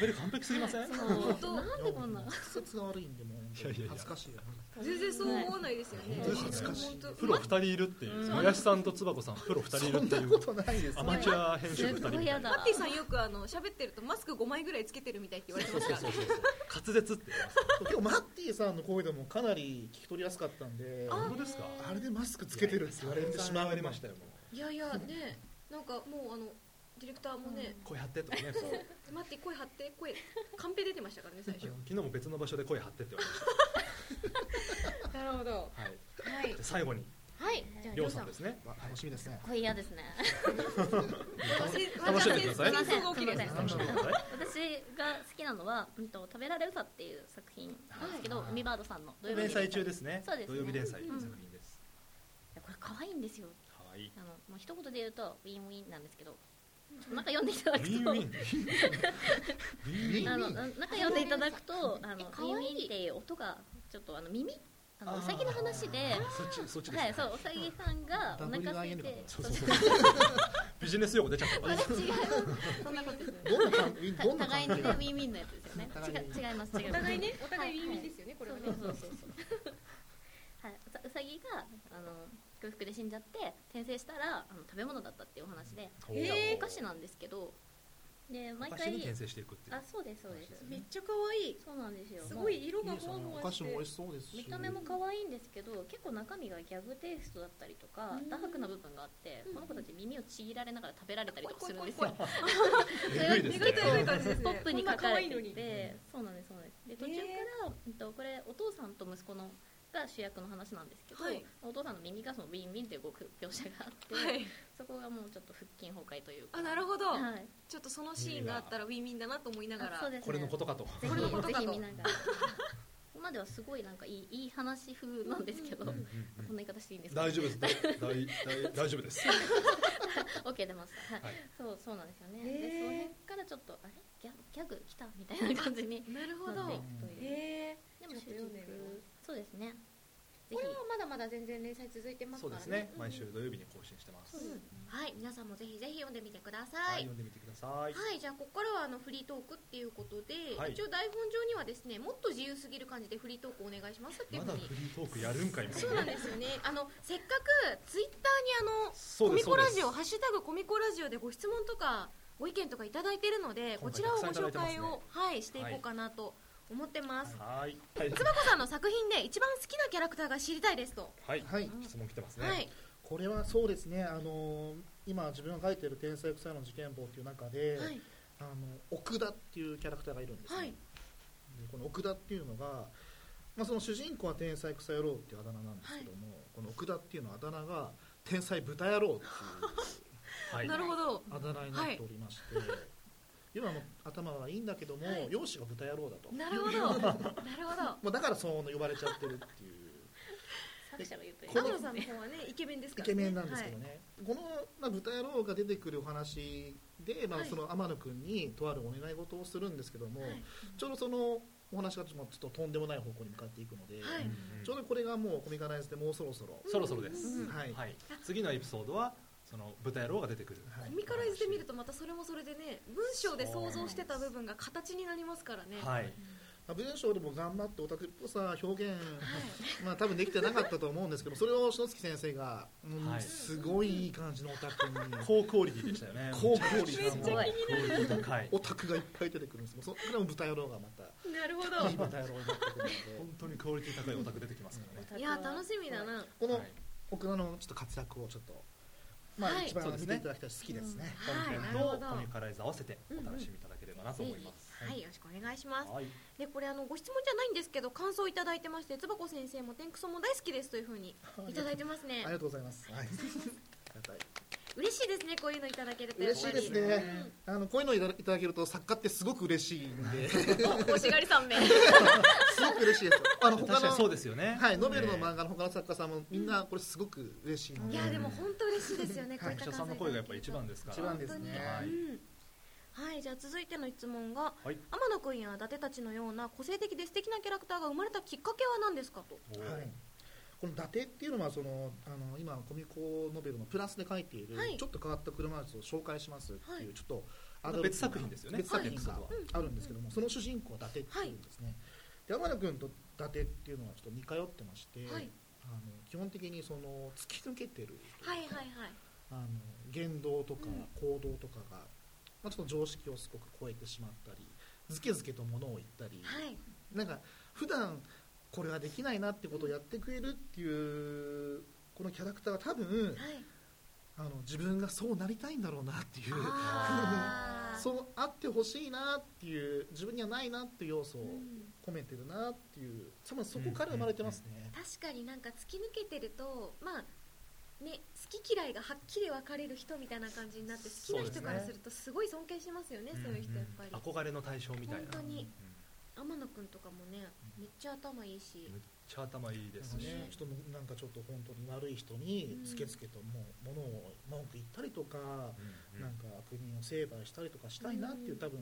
B: 喋り完璧すぎません
A: 本 当
E: なんでこんな
D: 直接が悪いんでもう本当
B: いやいやい
D: に
B: や
D: 恥ずかしいよ
A: 全然そう思わないですよね
B: 本当です
D: ね
A: 本当
B: プロ2人いるっていう林さんとつばこさんプロ2人いるってい
D: そんなこ
B: う
D: とないです
B: アマチュア編集部2
E: す
B: 人
E: ごい
B: みた
E: 嫌
B: いな
A: マッ
E: だ
A: ティさんよくあの喋ってるとマスク5枚ぐらいつけてるみたいって言われて
B: そ
A: ま
B: う
A: す
B: そう
A: から
B: そうそう滑舌って言います
D: 今日マッティさんの声でもかなり聞き取りやすかったんで
A: あ
B: 本当ですか
D: あれでマスクつけてるって言われてしまう
B: りましたよ
A: いやいやねなんかもうあのディレクターもね、
B: 声張ってとかねこう
A: マッティ声張って声カンペ出てましたからね最初
B: 昨日も別の場所で声張ってって言われまし
A: なるほど
B: た、はい、
F: はい
B: で最後に
F: はいじゃあ
B: り
F: り
B: ょ
F: ょ
B: う
F: う
B: さ
F: さ
B: ん
F: ん
B: ですね
D: わ楽しみですね
E: すごい嫌ですね
B: 楽しんでください
A: 戦争が起きる
E: すいません
B: 楽しんでください
E: 私が好きなのは「うんと食べられるさ」っていう作品なんですけど、
D: はい
E: 海バードさんの土曜日
B: 連載
E: 連載
B: 中ですね
E: そうですね
B: 土曜日連載の作品です、
E: いやこれ可愛いんですよ
B: かわいい
E: あのもう一言で言うとウィンウィンなんですけどちょっと中読んでいただ
B: ウ
E: くと
B: ィンウィンウィンウィン
E: あのな中読んでいただくとあの
F: え
E: ウ
F: か
E: ィンウ
F: わいい
E: ィンっていう音がちょっとあの耳あのうさぎの話で
B: あーそっちそっちです
E: は
B: ね
E: い、そう、うさぎさんがお腹空い
D: WIN
E: て、
B: そうそうそうビジネス用語出ちゃった
E: あれ違う、そんなことですね。
D: どんな感じ どんな
E: 互い
D: 感じ
E: にね、ウィンウィンのやつですよね。
D: 互いに
E: 違う違います、違います。。
A: お互いねお互いウィンウィンですすよねこ
E: そう
A: れはね
E: そうそうそう。はい、うさうさぎがあの空腹で死んじゃって転生したらあの食べ物だったっていうお話で、
B: お
A: ー
E: お菓子なんですけど、で毎
B: 昔に
E: 回
B: 転生していくっていう
E: あそうですそうです。
A: めっちゃ可愛い
E: そうなんですよ。
A: すごい色が
D: いいです
A: ふ
D: よ
A: わ
D: ねお
A: ふわ
D: 菓
A: し
D: 子
A: て
D: も美味しそうですし
E: 見た目も可愛いんですけど結構中身がギャグテイストだったりとか
A: うん
E: ダハクな部分があってこの子たち耳をちぎられながら食べられたりとかするんです
A: 怖い
E: よ
A: 怖い怖い
E: そ
B: えぐ
E: れが
B: い
A: 意
B: ですね
A: 外とエグい感じですね
E: ポップに書
A: こんな
E: か
A: 可
E: れ
A: 愛い
E: て
A: の
E: い
A: に
E: てそうなんですそうなんですで途中から、うんとこれお父さんと息子のが主役の話なんですけど、
A: はい
E: お父さんの耳がそのビンビンという動く描写があって、
A: はい
E: そこがもうちょっと腹筋崩壊というか
A: あなるほど
E: はい、
A: ちょっとそのシーンがあったらウィンウィンだなと思いながら
E: あそうですね
B: これのことかと
E: ぜ
A: これのこと
E: ひ
A: か
E: ぜ
A: と
E: ひ見なが らここまではすごいなんかいいいい話風なんですけど、
B: うんうん
E: こんな言い方していいんで
B: うん
E: すか
B: 大丈 夫です大大大大丈夫です
E: OK 出ました、はい
B: はい
E: そうそうなんですよね、
A: へ
E: で
A: ー
E: その辺からちょっとあれギャギャグ来たみたいな感じに
A: なるほ
E: なってい
A: ど
E: くという
A: へえ
E: でも
A: ちょっと読んでみよう
E: そうですねぜ
F: これは
E: ひ
F: まだまだ全然連載続いてます
B: そう
F: か
B: で
F: ら
B: すね
F: うん
B: 毎週土曜日に更新してます
E: そうですね
F: はい皆さんもぜひぜひ読んでみてくださ
B: はい
F: い
B: 読んでみてくださ
F: は
B: い
F: いじゃあここからはあのフリートークっていうことで、
B: はい
F: 一応台本上にはですねもっと自由すぎる感じでフリートークお願いしますっていう
B: ま
F: ふうに
B: だフリートークやるんかいみたい
A: そうなん
B: な
A: です よねあのせっかくツイッターにあの
B: そ
A: コ
B: うで
A: ミ
B: すそ
A: コ
B: うで
A: ラ
B: す
A: ジオ「ハッシュタグコミコラジオ」でご質問とかご意見とかいただいているのでこ
B: 今回
A: ちらをご
B: たくさんい
A: 紹
B: ただい
A: 介
B: てます
A: を
B: ね
A: はいしていこうかなと思ってます
B: はいはい
A: つばこさんの作品で一番好きなキャラクターが知りたいですと
B: はい
D: はい
B: 質問来てますね
A: はい
D: これはそうですね、あの今、自分が書いてる「天才臭いの事件簿」っていう中で、
F: はい
D: あの奥田っていうキャラクターがいるんですね、
F: はい
D: でこの奥田っていうのが、まあ、その主人公は天才草野郎っていうあだ名なんですけども、この奥田っていうのはあだ名が天才豚野郎っていう
B: はい
A: なるほど
D: あだ名になっておりまして、今も頭はいいんだけども、
A: はい
D: 容姿が豚野郎だと、
A: なる ほどなるほど
D: もうだからそう呼ばれちゃってるっていう。
E: 作者が言ってる
D: この
A: 天野さ んの方はねイケメンです
D: イ
A: から、ね、
D: ケメンなんですけどね、この、まあ、豚野郎が出てくるお話で、まあ、
A: はい
D: その天野君にとあるお願い事をするんですけども、
A: はい
D: ちょうどそのお話がちょっととんでもない方向に向かっていくので、
A: は
B: う
A: い
B: ん
D: ちょうどこれがもうコミカライズでもうそろそろ、
B: そろそろです、
A: うん
D: はいは
B: は
D: い
B: い、次のエピソードはその豚野郎が出てくる、
A: コミカライズで見るとまたそれもそれでね文章で想像してた部分が形になりますからね、
B: はい
D: まあ文章でも頑張ってオタクっぽさ表現、まあ、多分できてなかったと思うんですけどそれを篠月先生が、うん
B: はい
D: すごいいい感じのオタクに
B: 高クオリティでしたよね
D: 高クオリテ
A: めっ
D: ィ
A: ち
D: な
A: ゃ気になる
B: クオリティ高い
D: オタクがいっぱい出てくるんですよそこからも豚野郎がまた。
A: なるほ
D: いい
A: ど
D: 豚野郎になってくるので
B: 本当にクオリティ高いオタク出てきますからね
E: い
A: いや楽しみだ な、
D: この
B: はい
D: 奥田のちょっと活躍をちょっと、まあ、
A: はい
D: 一番
B: そうです
D: 見
B: ね
D: ていただきたいし好きですね。
B: 本
A: はい
B: 編
A: なるほ
B: と
A: ど
B: コミカライズ合わせてお楽しみいただければなと思います、
A: はいよろしくお願いします
B: はい、
A: でこれあのご質問じゃないんですけど感想いただいてましてつばこ先生も天クソも大好きですというふうにいただいてます
D: あり
A: ね
D: がとうございます。はい。ありがたい
A: 嬉しいですねこういうのいただけるとやっ
D: 嬉し
A: ぱ
D: い
A: り
D: ですね。あのこういうのをいただいただけると作家ってすごく嬉しいん で、す
A: 欲しがりさんめ
D: ごく嬉しいです。あの
B: 確
D: 他
B: かにそう
D: の
B: ですよね
D: はいノベルの漫画の他の作家さんもみんなこれすごく嬉しいの
A: い
D: で、
A: やでも本当嬉しいですよね、こうい
B: 役
A: った感
B: 者さんの声がやっぱり一番ですから
D: 一番ですね。
B: はい
A: うん、はいじゃあ続いての質問が、
B: はい
A: 天野くんや伊達たちのような個性的で素敵なキャラクターが生まれたきっかけは何ですかと
B: おー
D: はい。この伊達っていうのはそのあの今コミコノベルのプラスで書いている、
A: はい
D: ちょっと変わった車椅子を紹介しますっていう、
A: は
D: ちょっと
B: また別作品ですよね
D: 別作品
B: は
D: が
B: い
D: あるんですけども、その主人公伊達っていうんですね。で天野君と伊達っていうのはちょっと似通ってまして、
A: はい
D: あの基本的にその突き抜けてるというか、
A: はいはいはい
D: あの言動とか
A: うん
D: 行動とかが、まあ、ちょっと常識をすごく超えてしまったりずけずけと物を言ったり、
A: はい
D: なんか普段これはできないなってことをやってくれるっていうこのキャラクターは多分
A: はい
D: あの自分がそうなりたいんだろうなっていう
A: あー
D: そうあってほしいなっていう自分にはないなっていう要素
A: う
D: を
A: ん
D: 込めてるなっていう多分そこから生まれてますね。
A: 確かになんか突き抜けてるとまあね好き嫌いがはっきり分かれる人みたいな感じになって好きな
B: そうで
A: 人
B: すね
A: からするとすごい尊敬しますよねそういう人やっぱり
B: 憧れの対象みたいな
A: 本当に
B: うん
A: 天野くんとかもねめっちゃ頭いいし
B: めっちゃ頭いいで
D: です
B: す
D: ね
B: ね、
D: ちょっとなんかちょっと本当に悪い人につけつけともう物を文句言ったりとか、
B: うん
D: なんか悪人を成敗したりとかしたいなっていう、
A: うん
D: 多分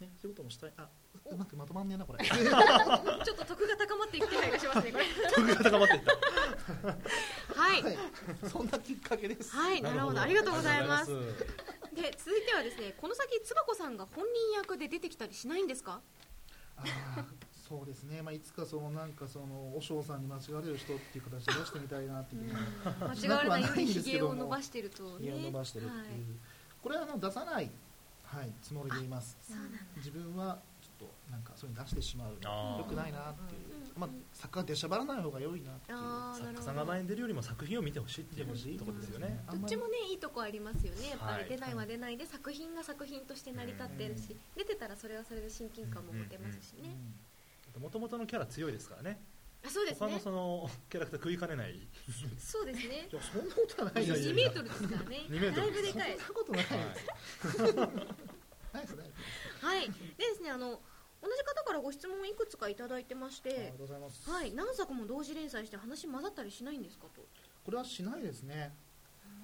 D: ねそういうこともしたいあううまくまとまんねえな これ
A: ちょっと得が高まっていく気配がしますねこれ
B: 徳が高まっていった
A: はい
D: はいそんなきっかけです
A: はいなるほどありがとうございます
B: ありがとうござい
A: で続いてはですねこの先つばこさんが本人役で出てきたりしないんですか
D: あーそうですね、まあ、いつかそのなんかそのお嬢さんに間違われる人っていう形で出してみたいなっていう、
A: 間違われないようにひげを伸ばしてるとね
D: 家を伸ばしてるっていう、これはあの出さない、はい、つもりでいます
A: はい、そうなんだ
D: 自分はちょっとなんかそういうの出してしまう
B: あー
D: 良くないなっていう、
A: うん
D: まあ、作家は出しゃばらない方が良いなっていう
A: あーな
B: 作
A: る
B: 家
A: ほ
B: さ
A: ど
B: んが前に出るよりも作品を見てほしいってい
D: 見てほし
B: う
D: い
B: ところですよね
D: あ
A: ど
D: ん
A: っ
D: ま
A: ち
D: り
A: もねいいとこありますよねやっぱ
B: はい
A: り出ないは出ないで作品が作品として成り立ってるし、出てたらそれはそれで親近感も持てますしね、
B: もともとのキャラ強いですからね
A: あそうです
B: 他の
A: ね
B: そのキャラクター食いかねない
A: そうですね
D: いやそんなことはない
B: いやいや
A: 2
B: いや
A: メートルですからね
B: 2メート
A: だい
B: ル
A: ぶでかい
D: そんなことないです、
B: はい
D: ないですないです
A: はいでですねあの同じ方からご質問をいくつかいただいてまし
D: ありが
A: て
D: とうございます、
A: はい何作も同時連載して話混ざったりしないんですかと
D: これはしないですね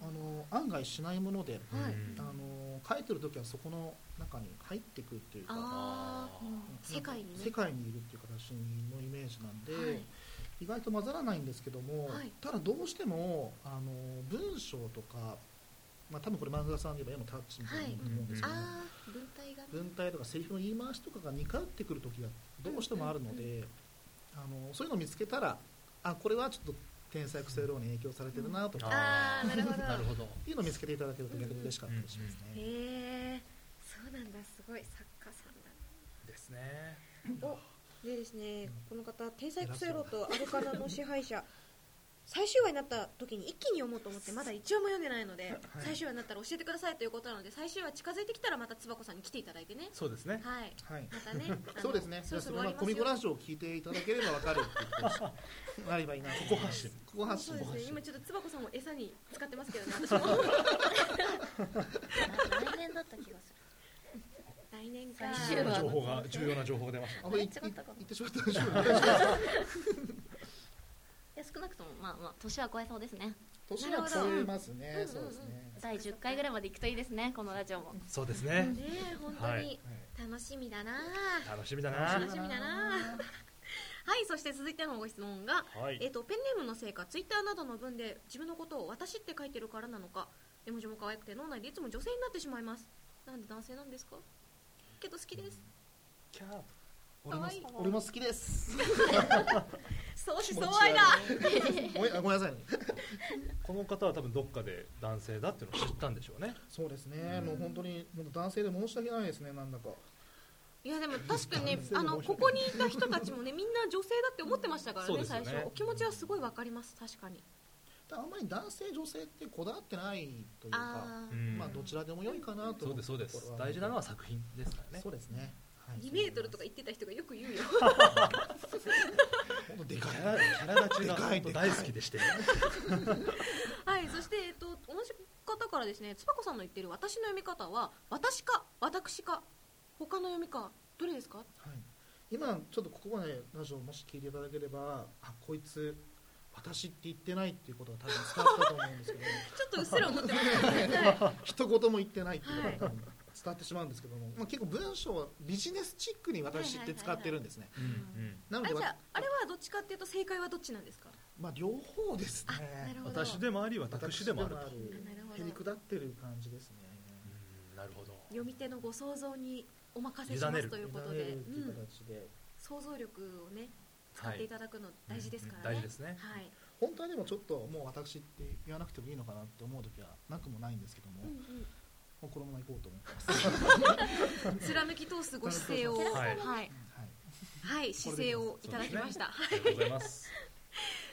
D: あの案外しないもので、
A: はいう
D: あ
B: ん
D: の書いてる時はそこの中に入ってくっていうか
A: あ
B: ー
D: うん
A: 世界にね
D: 世界にいるっていう形のイメージなんで、
A: はい
D: 意外と混ざらないんですけども、
A: はい
D: ただどうしてもあの文章とか、まあ、多分これ漫画家さんで言えば絵のタッチみたいなものだと思うんですけども、
A: ああ文体が
D: 文体とかセリフの言い回しとかが似通ってくる時がどうしてもあるので、あのそういうのを見つけたらあこれはちょっと天才育成論に影響されてるなとか、っ
A: あーなるほど
B: なるほど
D: ていうのを見つけていただけると逆に嬉しかったりしますね。
A: へえそうなんだすごい作家さんだ
B: ですね
A: おでですねこの方天才クソ野郎とアルカナの支配者最終話になった時に一気に読もうと思ってまだ一話も読んでないので、最終話になったら教えてくださいということなので最終話近づいてきたらまたつばこさんに来ていただいてね
B: そうですね。
A: はい
D: はい
A: ま たねあの
D: そうですね。
A: そろそろ
D: ま
A: 終
D: あ
A: わりますよ
D: コミコラジオを聞いていただければわかるって言ってました なればいいな。こ
B: ここ発信。
D: ここ発
A: そ
D: 信
A: う。ですね
B: ご飯
A: 今ちょっとつばこさんを餌に使ってますけどね私も
E: 来年だった気がす
A: 来年か
E: 最
B: 重
E: 終
B: 要な
E: 話
B: 情報が重要な情報が出まし
D: あこれい
E: 違ったかな
D: 言ってしまったでしょうか。
E: るいや少なくともまあまあ年は超えそうですね
D: 年は超えます ね。
A: うん
D: そうですね。
E: 第10回ぐらいまでいくといいですねこのラジオも
B: た。そうですね。
A: ねえ本当
B: はい
A: に楽しみだな、
B: 楽しみだ
D: 楽
B: な
A: 楽。しみだなはいそして続いてのご質問が、
B: はい
A: えっとペンネームのせいかツイッターなどの文で自分のことを私って書いてるからなのか絵文字も可愛くて脳内でいつも女性になってしまいますなんで男性なんですかけど好きです
B: キャー。
A: 可愛い
D: 俺も好き です。
A: 相思相愛だ
D: ごめんあごめんなさいね。
B: この方は多分どっかで男性だっていうのを知ったんでしょうね。
D: そうですね。もう本当に本当男性で申し訳ないですね。なんだか。
A: いやでも確かにね
B: 男性
A: あ
B: の
A: の
B: 面白
A: こ
B: い
A: こにいた人たちもねみんな女性だって思ってましたからね
B: そうですよ
A: 最
B: ね
A: 初お気持ちはすごいわかります確かに
D: あんまり男性女性ってこだわってないというか、
A: あ
B: う
A: あ
B: ん
D: まあどちらでも良いかなと
B: そ
D: 思
B: うですそうです
D: ところ。
B: 大事なのは作品ですからね
D: そ。うですね。はい
A: 2メートルとか言ってた人がよく言うよ
D: 本当で
B: キ
D: かい。
B: ャラキャラ立ちが
D: でかい
B: 本当大好きでして。
A: はいそしてえっと同じ方からですねつばこさんの言ってる私の読み方は私か私か他の読みかどれですか
D: はい、今ちょっとここまでラジオもし聞いていただければあこいつ私って言ってないっていうことが多分伝わったと思うんですけど
A: ちょっとうっすら思ってます
D: 一言も言ってないっていうことが多分伝わってしまうんですけども、まあ、結構文章はビジネスチックに私って使ってるんですね、
B: うんうん
A: あ
D: なの
A: じ
D: で
A: ゃああれはどっちかっていうと正解はどっちなんですか
D: まあ、両方ですね
A: あなるほど
B: 私でもあり私でもあると。
D: 私でも
A: なるほ
D: あ
A: ど
D: るへりくだってる感じですね
B: うんなるほど。
A: 読み手のご想像にお任せしま
B: 委ね
A: す
B: る
A: ということ
D: 委
A: で
D: ねるって
A: う
D: いうん形で、
A: 想像力をね使っていただくの大事ですから
B: うん
A: ね
B: 大事ですね。
A: はい
D: 本当はでもちょっともう私って言わなくてもいいのかなって思う時はなくもないんですけども、
A: うん
D: も
A: うん
D: うこのまま行こうと思ってます
A: 貫き通すご姿勢を、
B: 貫き通
A: は
B: す
A: い、はい、
D: はい
A: 姿勢をいただきました。
B: ありがとうございます。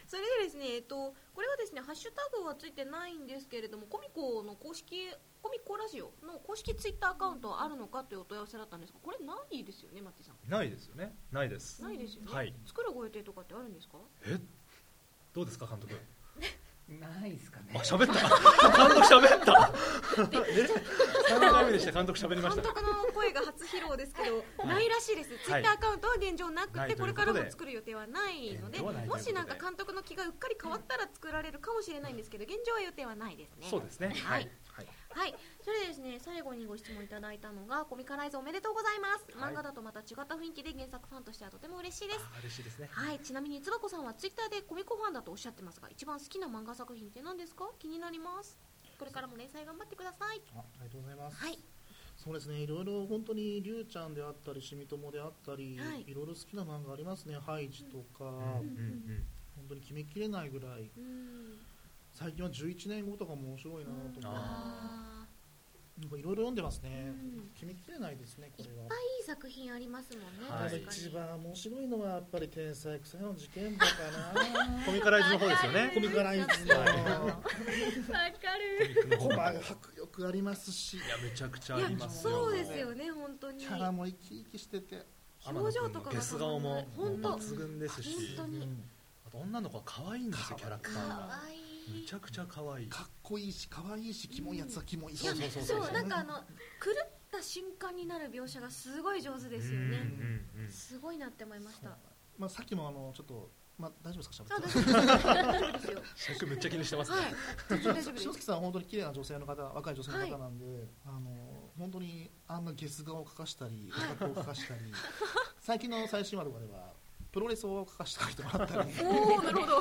A: それでですね、えっと、これはですね、ハッシュタグはついてないんですけれども、コミコの公式。コミコラジオの公式ツイッターアカウントはあるのかというお問い合わせだったんですが、これないですよね、マッティさん。
B: ないですよね。ないです。
A: ないですよね。
B: はい。
A: 作るご予定とかってあるんですか。
B: えどうですか監督。
G: ないですかね
B: あ喋った。 監督喋った。 え三回目でした監督喋りま
A: 監
B: した。
A: 督の声が初披露ですけ ど、
B: い
A: ないらしいです。ツイッターアカウントは現状なくて、
B: ない
A: こと
B: い
A: れ
B: う
A: か
B: こ
A: ら
B: とで
A: も作る予定はないので、
B: 現状はないというこ
A: も
B: とで
A: しなんか監督の気がうっかり変わったら作られるかもしれないんですけど、現状は予定はないですね。
B: そうですね。はい。
D: はい
A: はい、それでですね、最後にご質問いただいたのが、コミカライズおめでとうございます。
B: は
A: 漫
B: い
A: 画だとまた違った雰囲気で原作ファンとしてはとても嬉しいです。
B: 嬉しいですね。
A: はい、ちなみにつばこさんはツイッターでコミコファンだとおっしゃってますが、一番好きな漫画作品って何ですか気になります。これからも連載頑張ってください。
D: あありがとうございます、
A: はい
D: そうですねいろいろ本当にりゅうちゃんであったりしみともであったり、
A: はい
D: い、ろいろ好きな漫画ありますねハイジとか、
B: うんうん
D: 本当に決めきれないぐらいう
A: ーん。
D: 最近は11年後とかも面白いなと
B: うん
D: か
A: あ
D: なんかいろいろ読んでますね、
A: うん
D: 決めきれないですねこれ
A: ーいっ
D: は
A: ぱいいい作品ありますもんね。
B: はい
D: ただ
A: 確か
D: 一
A: に。
D: 番面白いのはやっぱり天才草の事件簿かな
B: コミカライズの方ですよ
A: わ
B: ね
A: か
D: コ。ミカライズの
B: は
A: わか
B: コ
A: る。
B: ミックの
D: コ
B: 方。い
D: マ
B: や
D: が迫力ありますし
B: めちゃくちゃあり
A: い
B: ま
A: や、
B: すよ。
A: そうですよね、本当に
D: キ。ャラも生き生きしてて
A: 表情とかが
B: ゲス顔も
A: 本当。
B: 抜群ですし、
A: 本当に
D: うん
B: あと女の子は可愛いんですよキャラクターが。
A: 可愛い
B: めちゃくちゃ可愛い。
D: かっこいいし可愛いしキモいやつはキモいし、
B: そうそうそう
A: そうなんかあの狂った瞬間になる描写がすごい上手ですよ
B: うん
A: ね
B: うんうん
A: すごいなって思いました
D: まあ、さっきもあのちょっと、まあ、大丈夫ですか、しゃ
A: あ
D: べっ
A: 大丈夫で
D: て。
A: すよ
B: 尺めっちゃ気にしてますね。
A: はい全然大丈夫で
D: 塩
A: す
D: 月さんは本当に綺麗な女性の方、若い女性の方なんで、あの本当にあんなゲス顔を描かしたり、オタクを描かしたり、 最近の最新話とかでは、プロレスを描かしたりとかあった り、
A: おおなるほど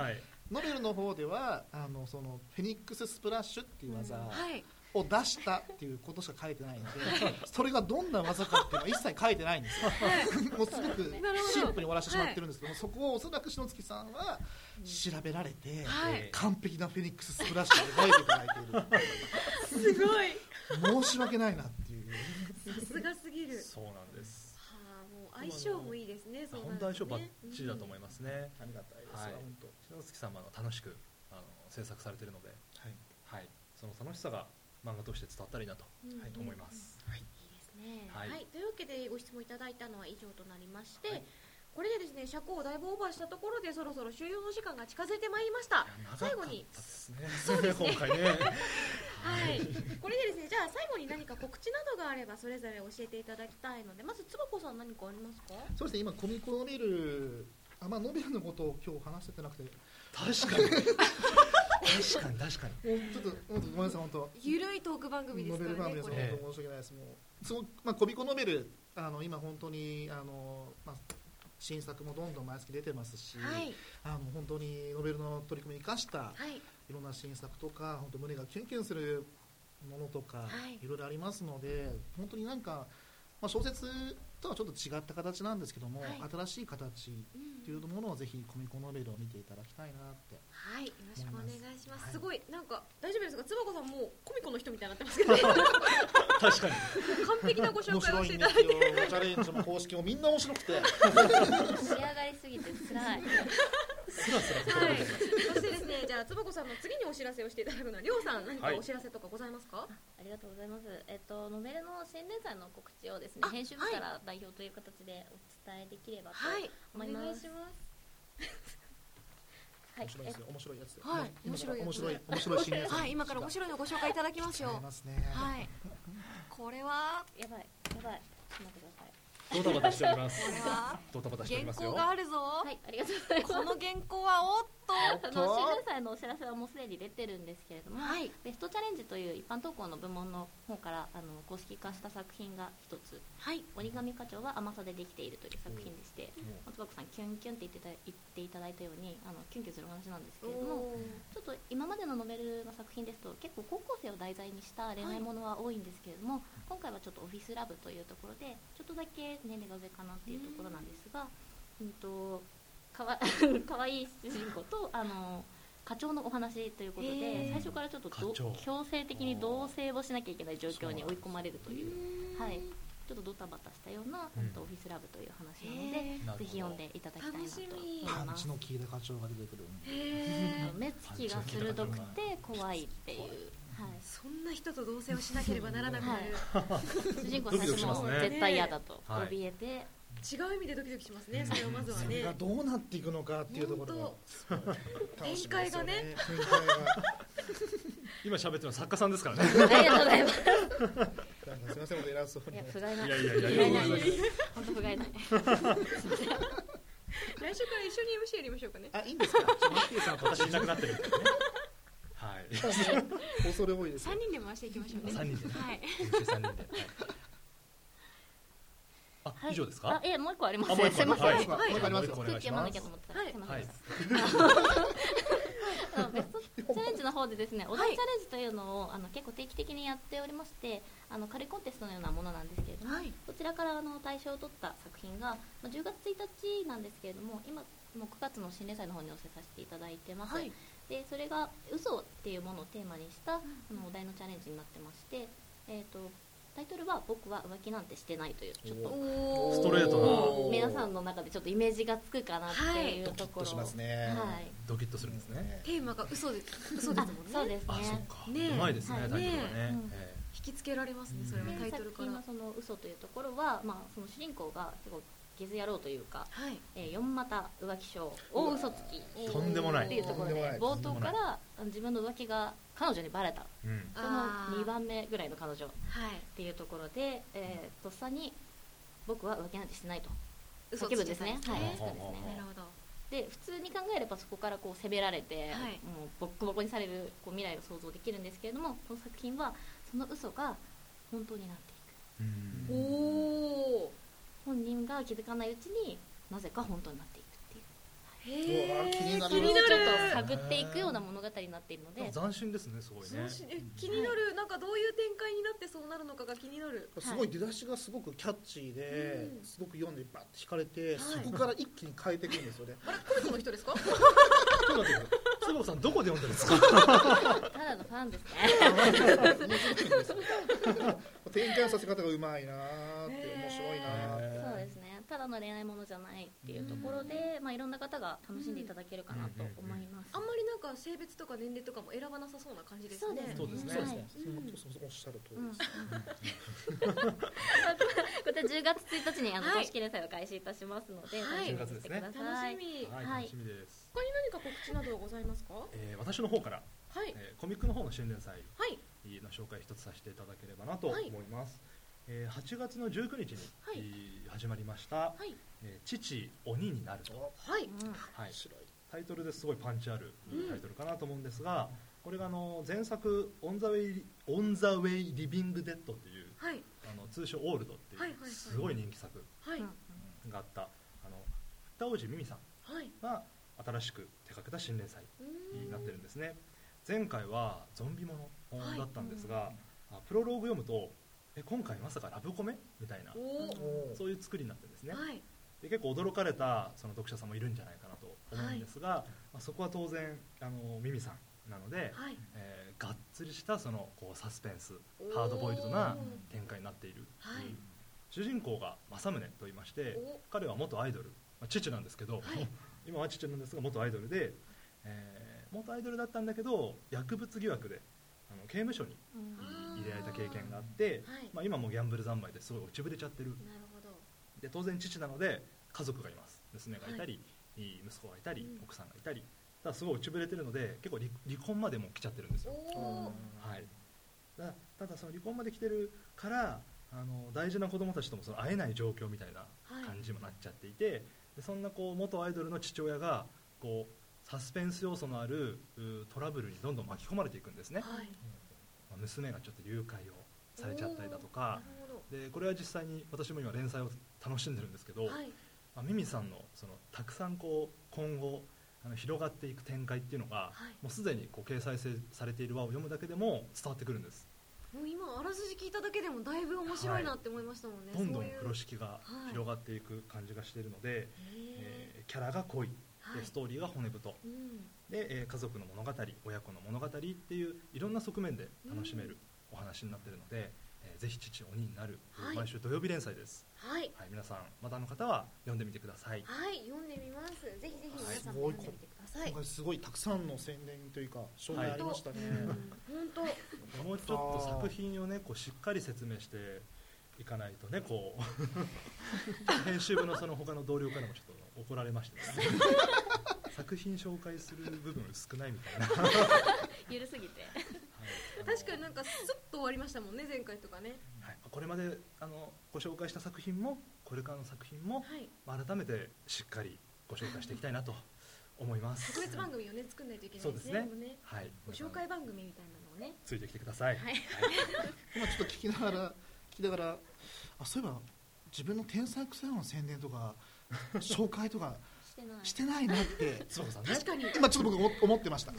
B: はい。
D: ノベルの方ではあのそのフェニックススプラッシュっていう技
A: はい
D: を出したっていうことしか書いてないので、 それがどんな技かっていうのは一切書いてないんですよ。 もうすごく
A: なるほど
D: シンプルに終わらせてしまってるんですけども、そこをおそらく塩月さんは調べられて。
A: はい
B: えー
D: 完璧なフェニックススプラッシュで描いていただいてい
A: すごい
D: る申し訳ないなっていう
A: さすがすぎる
B: そうなんです。
A: はあもう相性もいいですねそうな
B: 本
A: る
B: 当
A: とね
B: 相性バッチリだと思いますね。
D: ありがたいです
B: はい
D: 本当
B: お月様が楽しくあの制作されているので、
D: はい
B: はい、その楽しさが漫画として伝わったらいいなと
F: うん
D: はい
B: 思います。
D: はい
F: いいですね、は
B: はいい
F: というわけでご質問いただいたのは以上となりまして、
B: はい
A: これでですね尺をだいぶオーバーしたところでそろそろ終了の時間が近づいてまいりました
B: いや長かっ
A: 最
B: た
A: 後に
B: ですね。今回ね。
A: はい、これでですねじゃあ最後に何か告知などがあればそれぞれ教えていただきたいのでまずつばこさん何かありますか
D: そうですね今コミコノベルあまあノベルのことを今日話しててなくても
B: 確かに。確かに確かに。
D: うちょっと本当ごめんなさい本当
A: ゆるいトーク番組で
D: ノ
A: す
D: ベ
A: か
D: ル
A: ら
D: 番
A: ねこ
D: 組です
B: ね
A: れ
D: 本当申し訳ないですもうすごくまあコミコノベルあの今本当にあのまあ新作もどんどん毎月出てますし、
A: はい
D: あの本当にノベルの取り組みを生かした
A: はい
D: いろんな新作とか本当胸がキュンキュンするものとか、
A: い
D: い、ろいろありますので本当になんか、まあ、小説とはちょっと違った形なんですけども、
A: はい
D: 新しい形っていうものをぜひコミコノベルを見ていただきたいなって
A: はい、よろしくお願いします。
D: はい
A: すごい、なんか、大丈夫ですか、つばこさんも、コミコの人みたいになってますけど、完
B: 確かに。
A: 璧なご紹
D: 面
A: 介を
D: 白
A: し
D: い
A: て
D: ん
A: い
D: で
A: ただい
D: すよチャレンジも公式もみんな面白くて
E: 仕上がりすぎて辛い
B: スラスラ
A: て、
B: と。
A: はい、そしてですね、じゃあ、つばこさんの次にお知らせをしていただくのは、りょうさん、何か
B: はい
A: お知らせとかございますか。
E: ありがとうございますえっとノベルの新連載の告知をですね
A: あ
E: 編集部から代表という形でお伝えできればと
A: はい、
E: 思います、はい
D: 面白いですよ面白いやつで
A: はい
D: 今から
A: 面白
D: 面白
A: い
D: い
A: やつ
D: 面白い新年
A: はい、今から面白いのご紹介いただきます
D: 違い
A: よ。
D: ますね、
A: はい、これは、
E: やばいやばいちょっと待ってください
B: ドタバタしておりま
A: こ
B: す。
A: れは、
B: ドタバタしており
A: 原
B: ます
A: 稿
B: よ。
A: があるぞ
E: は。いありがとうございます
A: この原稿は、おっと。
E: あの新連載のお知らせはもうすでに出てるんですけれども、
A: はい、
E: ベストチャレンジという一般投稿の部門の方からあの公式化した作品が一つ
A: はい、
E: 「折り紙課長は甘さでできている」という作品でして
B: も
E: 松葉子さんキュンキュンって言ってた言っていただいたようにあのキュンキュンするお話なんですけ
A: お
E: れども
A: ー
E: ちょっと今までのノベルの作品ですと結構高校生を題材にした恋愛ものは多いんですけれども、今回はちょっとオフィスラブというところでちょっとだけ年齢が上かなっていうところなんですが、うん、とかわ かわいい主人公とあの課長のお話ということで、
A: へー
E: 最初からちょっとど
B: 課長
E: 強制的に同棲をしなきゃいけない状況に追い込まれるというはい、ちょっとドタバタしたような、
B: うん
E: ほんとオフィスラブという話なので。
A: へー
B: うなるほど
E: ぜひ読んでいただきたいなと思い
D: パン
E: ま
D: チ
E: す。
D: の効いた課長が出てくるんで
E: あの目つきが鋭くて怖いっていう。はい。
A: そんな人と同棲をしなければならなくなる。
E: 主人公は最初もう絶対嫌だと怯えて、
A: 違う意味でドキドキしますね。それをまずは
D: それ
A: ね
D: が。どうなっていくのかっていうところが
A: 本
D: すごい楽しみですよね展
B: 今喋ってるのは作家さんですからね。
E: ありがとうございます。
D: 開がなんかすみません本当偉そう
E: い
D: に
E: や不甲斐ない。
B: いやいやいや
E: 不甲斐ないです。本当不甲斐ない。
A: 来週から一緒に MC やりましょうかね。
D: あいいんですかちょっとマッキーさんと
B: 私
D: 私
B: いなくなってるっていうね。はい。
D: 恐れ多いですよ
A: 三人で回していきましょうね。
B: 三人でね
A: はい。
B: MC 三人で。はいあ
E: はい
B: 以上です
E: あ
B: か？
E: えもう一個ありま
B: あもう
E: す。
B: 一個
E: すいません。
B: はい
D: もう一個ありますよ
B: もう一個お願
E: 空
B: い
E: 気
B: し
E: 読ま
B: ま
E: な
B: す
E: きゃと思ってた。すいません
B: は
E: で
B: い
E: し。たあのベストチャレンジの方でですね、お題チャレンジというのをあの結構定期的にやっておりまして、あの軽いコンテストのようなものなんですけれども、
A: はい。
E: こちらからあの大賞を取った作品が、まあ、10月1日なんですけれども今もう9月の新連載の方にお寄せさせていただいてます、
A: はい。
E: でそれが「嘘っていうものをテーマにした、あのお題のチャレンジになってまして、えー、とタイトルは「僕は浮気なんてしてない」というちょっと
A: お
B: ストレート
E: 皆さんの中でちょっとイメージがつくかなっていう
D: ドキ
E: と
D: ッ
E: ことろ、
D: しますね
E: はい
B: ドキッとするんですね。
A: テーマが嘘です。嘘ですもんね。
E: そうです
B: あそっ
E: ね
B: か。
A: ねえ
B: うまいですね
E: はい
B: タイトルがね
E: ねえ。
B: え
A: 引きつけられますね。それは
E: で
A: タイトル
E: 作
A: から。
E: 品
A: は
E: のその嘘というところは、まあ、その主人公が結構ゲズ野郎というか、
A: い。
E: えー、4股浮気症大嘘つき
B: えとんでもない
E: っていうとこ
D: と
E: ろ
D: んでもな
E: で
D: い
E: 冒頭からあの自分の浮気が彼女にバレた
B: うん
E: そ
A: あー
E: の2番目ぐらいの彼女っ
A: はい。
E: ていうところで、えーとっさに僕は浮気なんてしてないと
A: 嘘
E: 叫ぶんですね
A: つけた
E: はい
A: んです
E: そうです
B: ほうほう
E: ね
A: なるほど。
E: で普通に考えればそこからこう責められて、
A: はい
E: もうボッコボコにされるこう未来が想像できるんですけれどもこの作品はその嘘が本当になっていく
A: お
B: うん
A: お。
E: 本人が気づかないうちになぜか本当になっていくっていう
A: へ
D: うわ
A: え。
D: 気になる
A: 気にな
E: ちょっと
A: る。
E: 探っていくような物語になっているの
B: でも
E: で
B: 斬新ですねすごい
A: そう
B: ね。
A: しえ気になる。なんかどういう展開になってそうなるのかが気になる。
D: すごい出だしがすごくキャッチーで
A: うん
D: すごく読んでバッと引かれて
A: は
D: そ
A: い
D: こから一気に変えていくんですよね
A: あれ、コミコの人ですか。
B: ちょっと待ってください。つばこさんどこで読んでるんですか？
E: ただのファ ンですね
D: 展開のさせ方がうまいなーって面白いなーって
E: そうですねただの恋愛ものじゃないっていうところで、まあ、いろんな方が楽しんでいただけるかなと思い
A: ゃあ性別とか年齢とかも選ばなさそうな感じです
E: そう
A: ね
E: ですね
B: そうですね
D: そうですね、そうそ
E: うん
D: うおっしゃる通
E: うん
D: り
E: ま
D: です、
E: た10月1日にあの
A: はい
E: 公式連載を開始いたしますので、
A: はい
E: 楽しみにしてくだ
A: 楽
E: さ
A: し
E: い。
A: み
B: はい、
E: はい
B: 楽しみです、
A: 他に何か告知などはございますかは
B: えー私の方から、
A: い
B: えーコミックの方の新連載
A: はい
B: の紹介一つさせていただければなと思います、えー8月の19日に、
A: はい
B: えー始まりました、
A: はい
B: えー父鬼になると、
A: はい
E: うん
B: は
D: あ
B: い、
D: 白い
B: タイトルですごいパンチある
A: うん
B: タイトルかなと思うんですが、これがあの前作「オン・ザ・ウェイ・オンザウェイリビング・デッド」っていう
A: はい
B: あの通称「オールド」って
A: はいはい
B: い
A: は
B: う
A: い
B: すごい人気作
A: はい
E: うん
B: があったあの二王子ミミさん
A: はい
B: が新しく手掛けた新連載
A: う
B: に
A: ー
B: なっ
A: ん
B: てるんですね前回はゾンビも
A: は
B: の
A: い
B: だったんですが、あプロローグ読むとえ今回まさかラブコメみたいな
A: おー
D: おー
B: そういう作りになってるんですね、
A: はい
B: で結構驚かれたその読者さんもいるんじゃないかなと思うんですが、まあ、そこは当然あのミミさんなので、
A: はい
B: えーがっつりしたそのこうサスペンスハードボイルドな展開になっている、
A: はい
B: 主人公が政宗といいまして
A: お
B: 彼は元アイドル、まあ、父なんですけど、
A: はい
B: 今は父なんですが元アイドルで、えー元アイドルだったんだけど薬物疑惑であの刑務所に
E: うん
B: 入れられた経験があって
A: はい
B: まあ、今もギャンブル三昧ですごい落ちぶれちゃってる
A: なるほど
B: で当然父なので家族がいます娘がいたり、息子がいたり、
A: うん
B: 奥さんがいたりただすごい落ちぶれてるので結構離離婚までもう来ちゃってるんですよ、
A: おー
B: はい、だただその離婚まで来てるからあの大事な子供たちともその会えない状況みたいな
A: はい
B: 感じにもなっちゃっていて、でそんなこう元アイドルの父親がこうサスペンス要素のあるうトラブルにどんどん巻き込まれていくんですね、
A: はい
B: まあ娘がちょっと誘拐をされちゃったりだとか
A: なるほど
B: でこれは実際に私も今連載を楽しんでるんですけど、
A: はい
B: まあ、ミミさんのそのたくさんこう今後あの広がっていく展開っていうのが、
A: はい
B: もうすでにこう掲載せされている輪を読むだけでも伝わってくるんです、
A: もう今あらすじ聞いただけでもだいぶ面白いなって思いましたもんね、
B: どんどん
A: そういう
B: 風呂敷が
A: はい
B: 広がっていく感じがしているの
A: へ
B: で、えーキャラが濃
A: ー
B: い、
A: はい
B: でストーリーが骨太
A: うん
B: で、えー家族の物語親子の物語っていういろんな側面で楽しめるお話になっているので、えーぜひ父鬼になる、
A: はい
B: 毎週土曜日連載です、
A: はい
B: はい、皆さんまだの方は読んでみてください
A: はい、読んでみます。ぜひぜひ皆さんも
D: はい
A: 読んでみてください。
D: 今回すごいたくさんの宣伝というか紹介ありましたね、
A: 本当、
B: もうちょっと作品をねこうしっかり説明していかないとねこう編集部のその他の同僚からもちょっと怒られましたね作品紹介する部分少ないみたいな、はい
E: ゆるすぎて。
B: あの
A: 確かになんかスッと終わりましたもんね、前回とかね。
B: はい、これまであのご紹介した作品もこれからの作品も、
A: はい、
B: まあ、改めてしっかりご紹介していきたいなと思います
A: 特別番組をね、作んないといけない
B: そう
A: で
B: ですす
A: ね。
B: ね
A: もね
B: はい
A: ご紹介番組みたいなのをね。
B: ついてきてくださ い、
A: はい
D: 今ちょっと聞きながら聞きながらあそういえば自分の天才クセの宣伝とか紹介とか
E: してない。
D: してないなって
B: つばこさんね
A: 確かに。
D: 今ちょっと僕思思ってました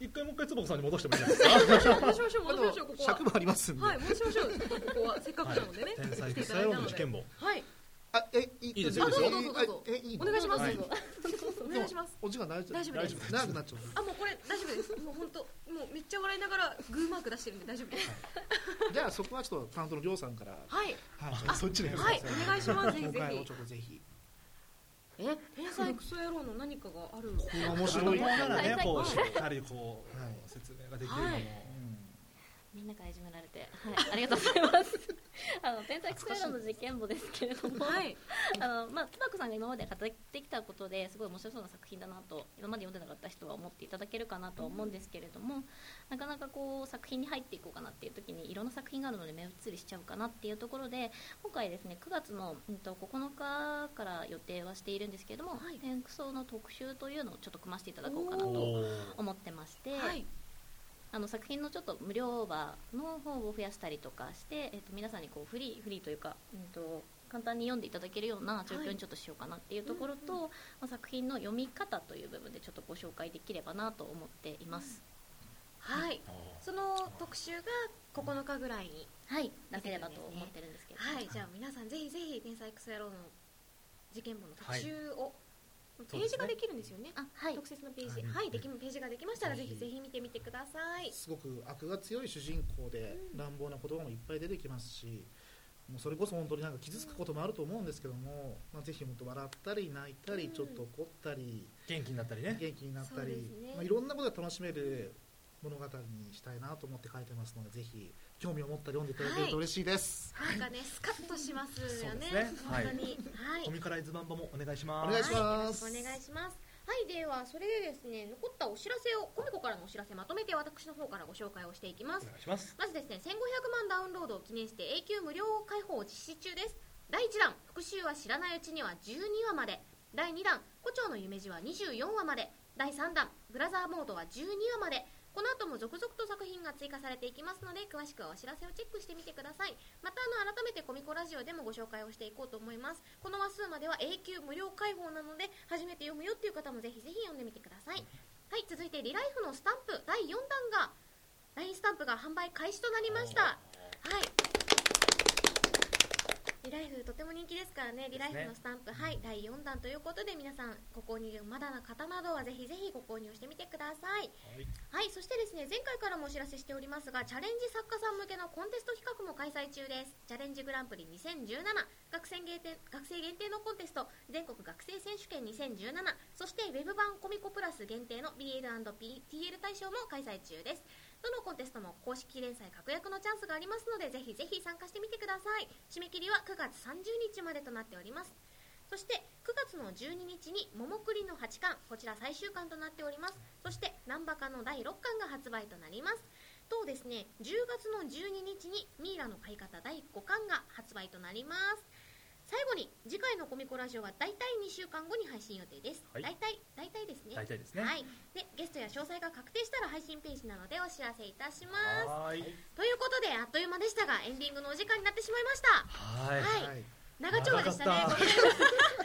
B: 一回もう一回つばこさんに戻してもいいですか
A: 戻しましょう、戻しましょう、ここは
D: 尺。もありますんで、
A: はい、戻しましょう、ここはせっかく
B: はい
A: なのでね。
B: 天才
A: 来て
B: 育
A: いた
B: 成
A: だい
B: 王
A: た
B: の
A: の
B: 事
A: で
B: 件。簿
A: はい、
D: あえいい
B: いいですよ
D: あ
A: どうぞどうぞどうぞ
D: えいい
A: お願いします。
B: はい
A: お願いします。
D: お時間大丈夫
A: 大丈夫です
D: 長くなっちゃう
A: あ、もうこれ大丈夫です。もう本当、もうめっちゃ笑いながらグーマーク出してるんで大丈夫です。
D: じゃあそこはちょっと担当のりょうさんから
A: はい。
D: はいそっちで
A: はい、お願いします。ぜひ
D: 紹
A: ぜ
D: 介を
A: ひ
D: ちょ。っとぜひ
A: え、天才クソ野郎の何かがある。
D: これは面白い
B: 子供ならね
E: はい
B: こうしっかりこう、
D: はい
B: 説明ができるのも、
A: はい
E: みんなからいじめられて。はい。ありがとうございます。あの天才クソ野郎の事件簿ですけれども。
A: はい。
E: あのまあ、つばこさんが今まで語ってきたことですごい面白そうな作品だなと今まで読んでなかった人は思っていただけるかなとは思うんですけれども、なかなかこう作品に入っていこうかなっていう時にいろんな作品があるので目移りしちゃうかなっていうところで今回ですね9月の、うん、と9日から予定はしているんですけれども
A: はい
E: 「天草」の特集というのをちょっと組ませていただこうかな
B: お
E: と
B: おー
E: 思ってまして。
A: はい。
E: あの作品のちょっと無料場の方を増やしたりとかして、えっと皆さんにこうフリーフリーというか、うん、と簡単に読んでいただけるような状況にちょっとしようかなっていうところと、
A: うんう
E: まあ、作品の読み方という部分でちょっとご紹介できればなと思っています、
A: はい。
B: おー
A: その特集が9日ぐらいに。
E: はい出せればと思ってるんですけれども、
A: はい。じゃあ皆さんぜひぜひ天才クソ野郎の事件簿の特集を、ペ
B: そう
A: ー
B: で
A: ジ
B: すね
A: ができるんですよね。
E: あはい
A: 特設のページ。
B: はい
A: はい。できページができましたらぜ
B: ぜ
A: ひ
B: ひ
A: ぜひ見てみてください。
D: すごく悪が強い主人公で乱暴な言葉もいっぱい出てきますし、もうそれこそ本当になんか傷つくこともあると思うんですけども、まあ、ぜひもっと笑ったり泣いたり、
A: うん
D: ちょっと怒ったり
B: 元気になったりね
D: 元気になった
A: そうで
D: り
A: す、ね
D: まあ、いろんなことが楽しめる物語にしたいなと思って書いてますのでぜひ興味を持ったら読んでいただけると嬉しいです、
H: なんかねスカッとしますよね
B: そうですねはい
H: 本当に
A: はい
B: コミカライズバンバもお願いします
D: お願いします
A: はい、よろしくお願いします。はい、ではそれでですね、残ったお知らせをコミコからのお知らせまとめて私の方からご紹介をしていきます
B: お。願いします
A: まずですね、1500万ダウンロードを記念して永久無料開放を実施中です。第1弾、復習は知らないうちには12話まで。第2弾、胡蝶の夢路は24話まで。第3弾、ブラザーモードは12話まで。この後も続々と作品が追加されていきますので、詳しくはお知らせをチェックしてみてください。またあの改めてコミコラジオでもご紹介をしていこうと思いますこの話数までは永久無料開放なので初めて読むよっていう方もぜひぜひ読んでみてくださいはい続いてリライフのスタンプ第4弾が LINE スタンプが販売開始となりましたはいリライフとても人気ですからねリライフのスタンプ、はい第4弾ということで皆さんご購入まだの方などはぜひぜひご購入してみてください
B: は
A: は
B: い
A: い、そしてですね、前回からもお知らせしておりますが、チャレンジ作家さん向けのコンテスト企画も開催中です。チャレンジグランプリ2017、学生限定学生限定のコンテスト、全国学生選手権2017、そしてウェブ版コミコプラス限定の BL&TL 大賞も開催中です。どのコンテストも公式連載確約のチャンスがありますので、ぜひぜひ参加してみてください。締め切りは9月30日までとなっております。そして9月の12日に「ももくりの8巻」こちら最終巻となっておりますそして「なんばか」の第6巻が発売となりますとですね10月の12日に「ミイラの買い方」第5巻が発売となります最後に次回のコミコラジオは大体2週間後に配信予定です、
B: はい
A: 大体大体ですね
B: 大体ですね
A: はいでゲストや詳細が確定したら配信ページなのでお知らせいたします
B: はーい
A: ということであっという間でしたがエンディングのお時間になってしまいました
B: はい
A: はい長丁場でしたね
B: 長かった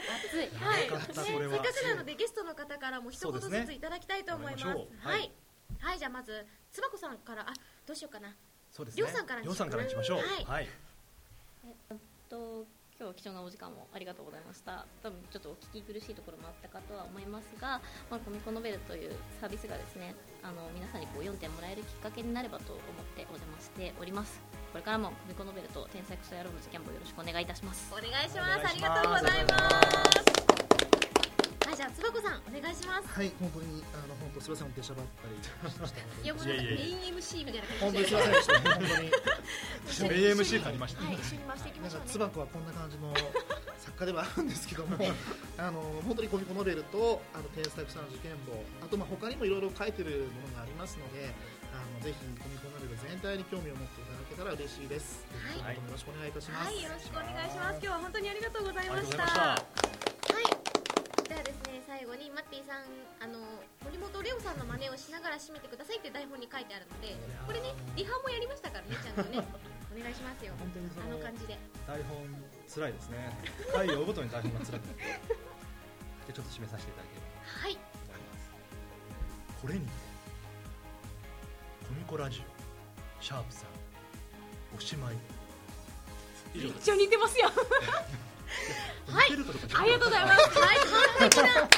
E: 熱い
A: はい、
B: よ
A: ね
B: かっ
A: せったか
B: それは
A: くなのでゲストの方からも一言
B: そ
A: ず
B: うです
A: つ
B: ね
A: いただきたいと思います。
B: 頑張りましょう
A: はい、はい、じゃあまずつばこさんからあどうしようかな。
B: そうです
A: り
B: ね
A: ょうさんからに
B: りょうさんからにしましょう
A: はい
B: はい
E: と今日貴重なお時間もありがとうございました多分ちょっとお聞き苦しいところもあったかとは思いますが、まあ、コミコノベルというサービスがですねあの皆さんにこう4点もらえるきっかけになればと思ってお邪魔しておりますこれからもコミコノベルと天才クソ野郎の事件簿よろしくお願いいたします
A: お願いします。
B: お
A: あ
B: 願
A: り
B: いしま
A: が
B: す
A: とうございます。はい、じゃあつばこさんお願いします。
D: はい、本当にあの本当すみません出しゃばったりしましたの
A: い
D: で
A: やもうなんかメ
B: いやいやい
A: イン
B: や
A: MC みたいな感
D: 本
A: じ
D: 当に
A: で。
D: すみませんでした本当に
A: 一緒に
B: AMC がありましたね
A: はい、一緒に回していき
D: な
A: ま
D: ん
A: しょ
D: か
A: うね。
D: つばこはこんな感じの作家ではあるんですけどもあの本当にコミコノベルとあの天才草の事件簿あとまあ他にもいろいろ書いてるものがありますのであのぜひコミコノベル全体に興味を持っていただけたら嬉しいです、、
A: はい
D: よろしくお願いいたします、
H: はいよろしくお願いします今日は本当にありがとうござ
B: あ
H: い
B: りが
H: ま
B: とうご
H: し
B: ざいましたた
A: はい。ではですね、最後にマッティさん、あの森本レオさんの真似をしながら締めてくださいって台本に書いてあるので、これね、リハもやりましたからね、ちゃんとね、お願いしますよ。
B: 本当にそ
A: あの
B: の
A: 感じで。
B: 台本つらいですね 回を追うごとに台本がつらくなってでちょっと締めさせていただければ
A: はい。
B: と思いますこれにてコミコラジオシャープさんおしまい以上
H: めっ
B: です
H: ちゃ似てますよ
A: はい
B: 似てるかどうかちょっ
H: ありがとうございますはい完璧な完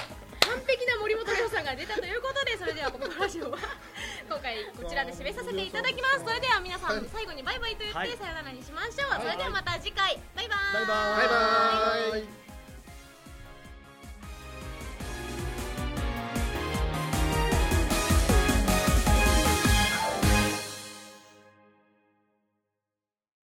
H: 璧な森本レオさんが出たということでそれではこのラジオは今回こちらで締めさせていただきますそれでは皆さん最後にバイバイと言って
B: はい
H: さよならにしましょうそれではまた次回バイバイ
B: バイバーイ
D: バイバイ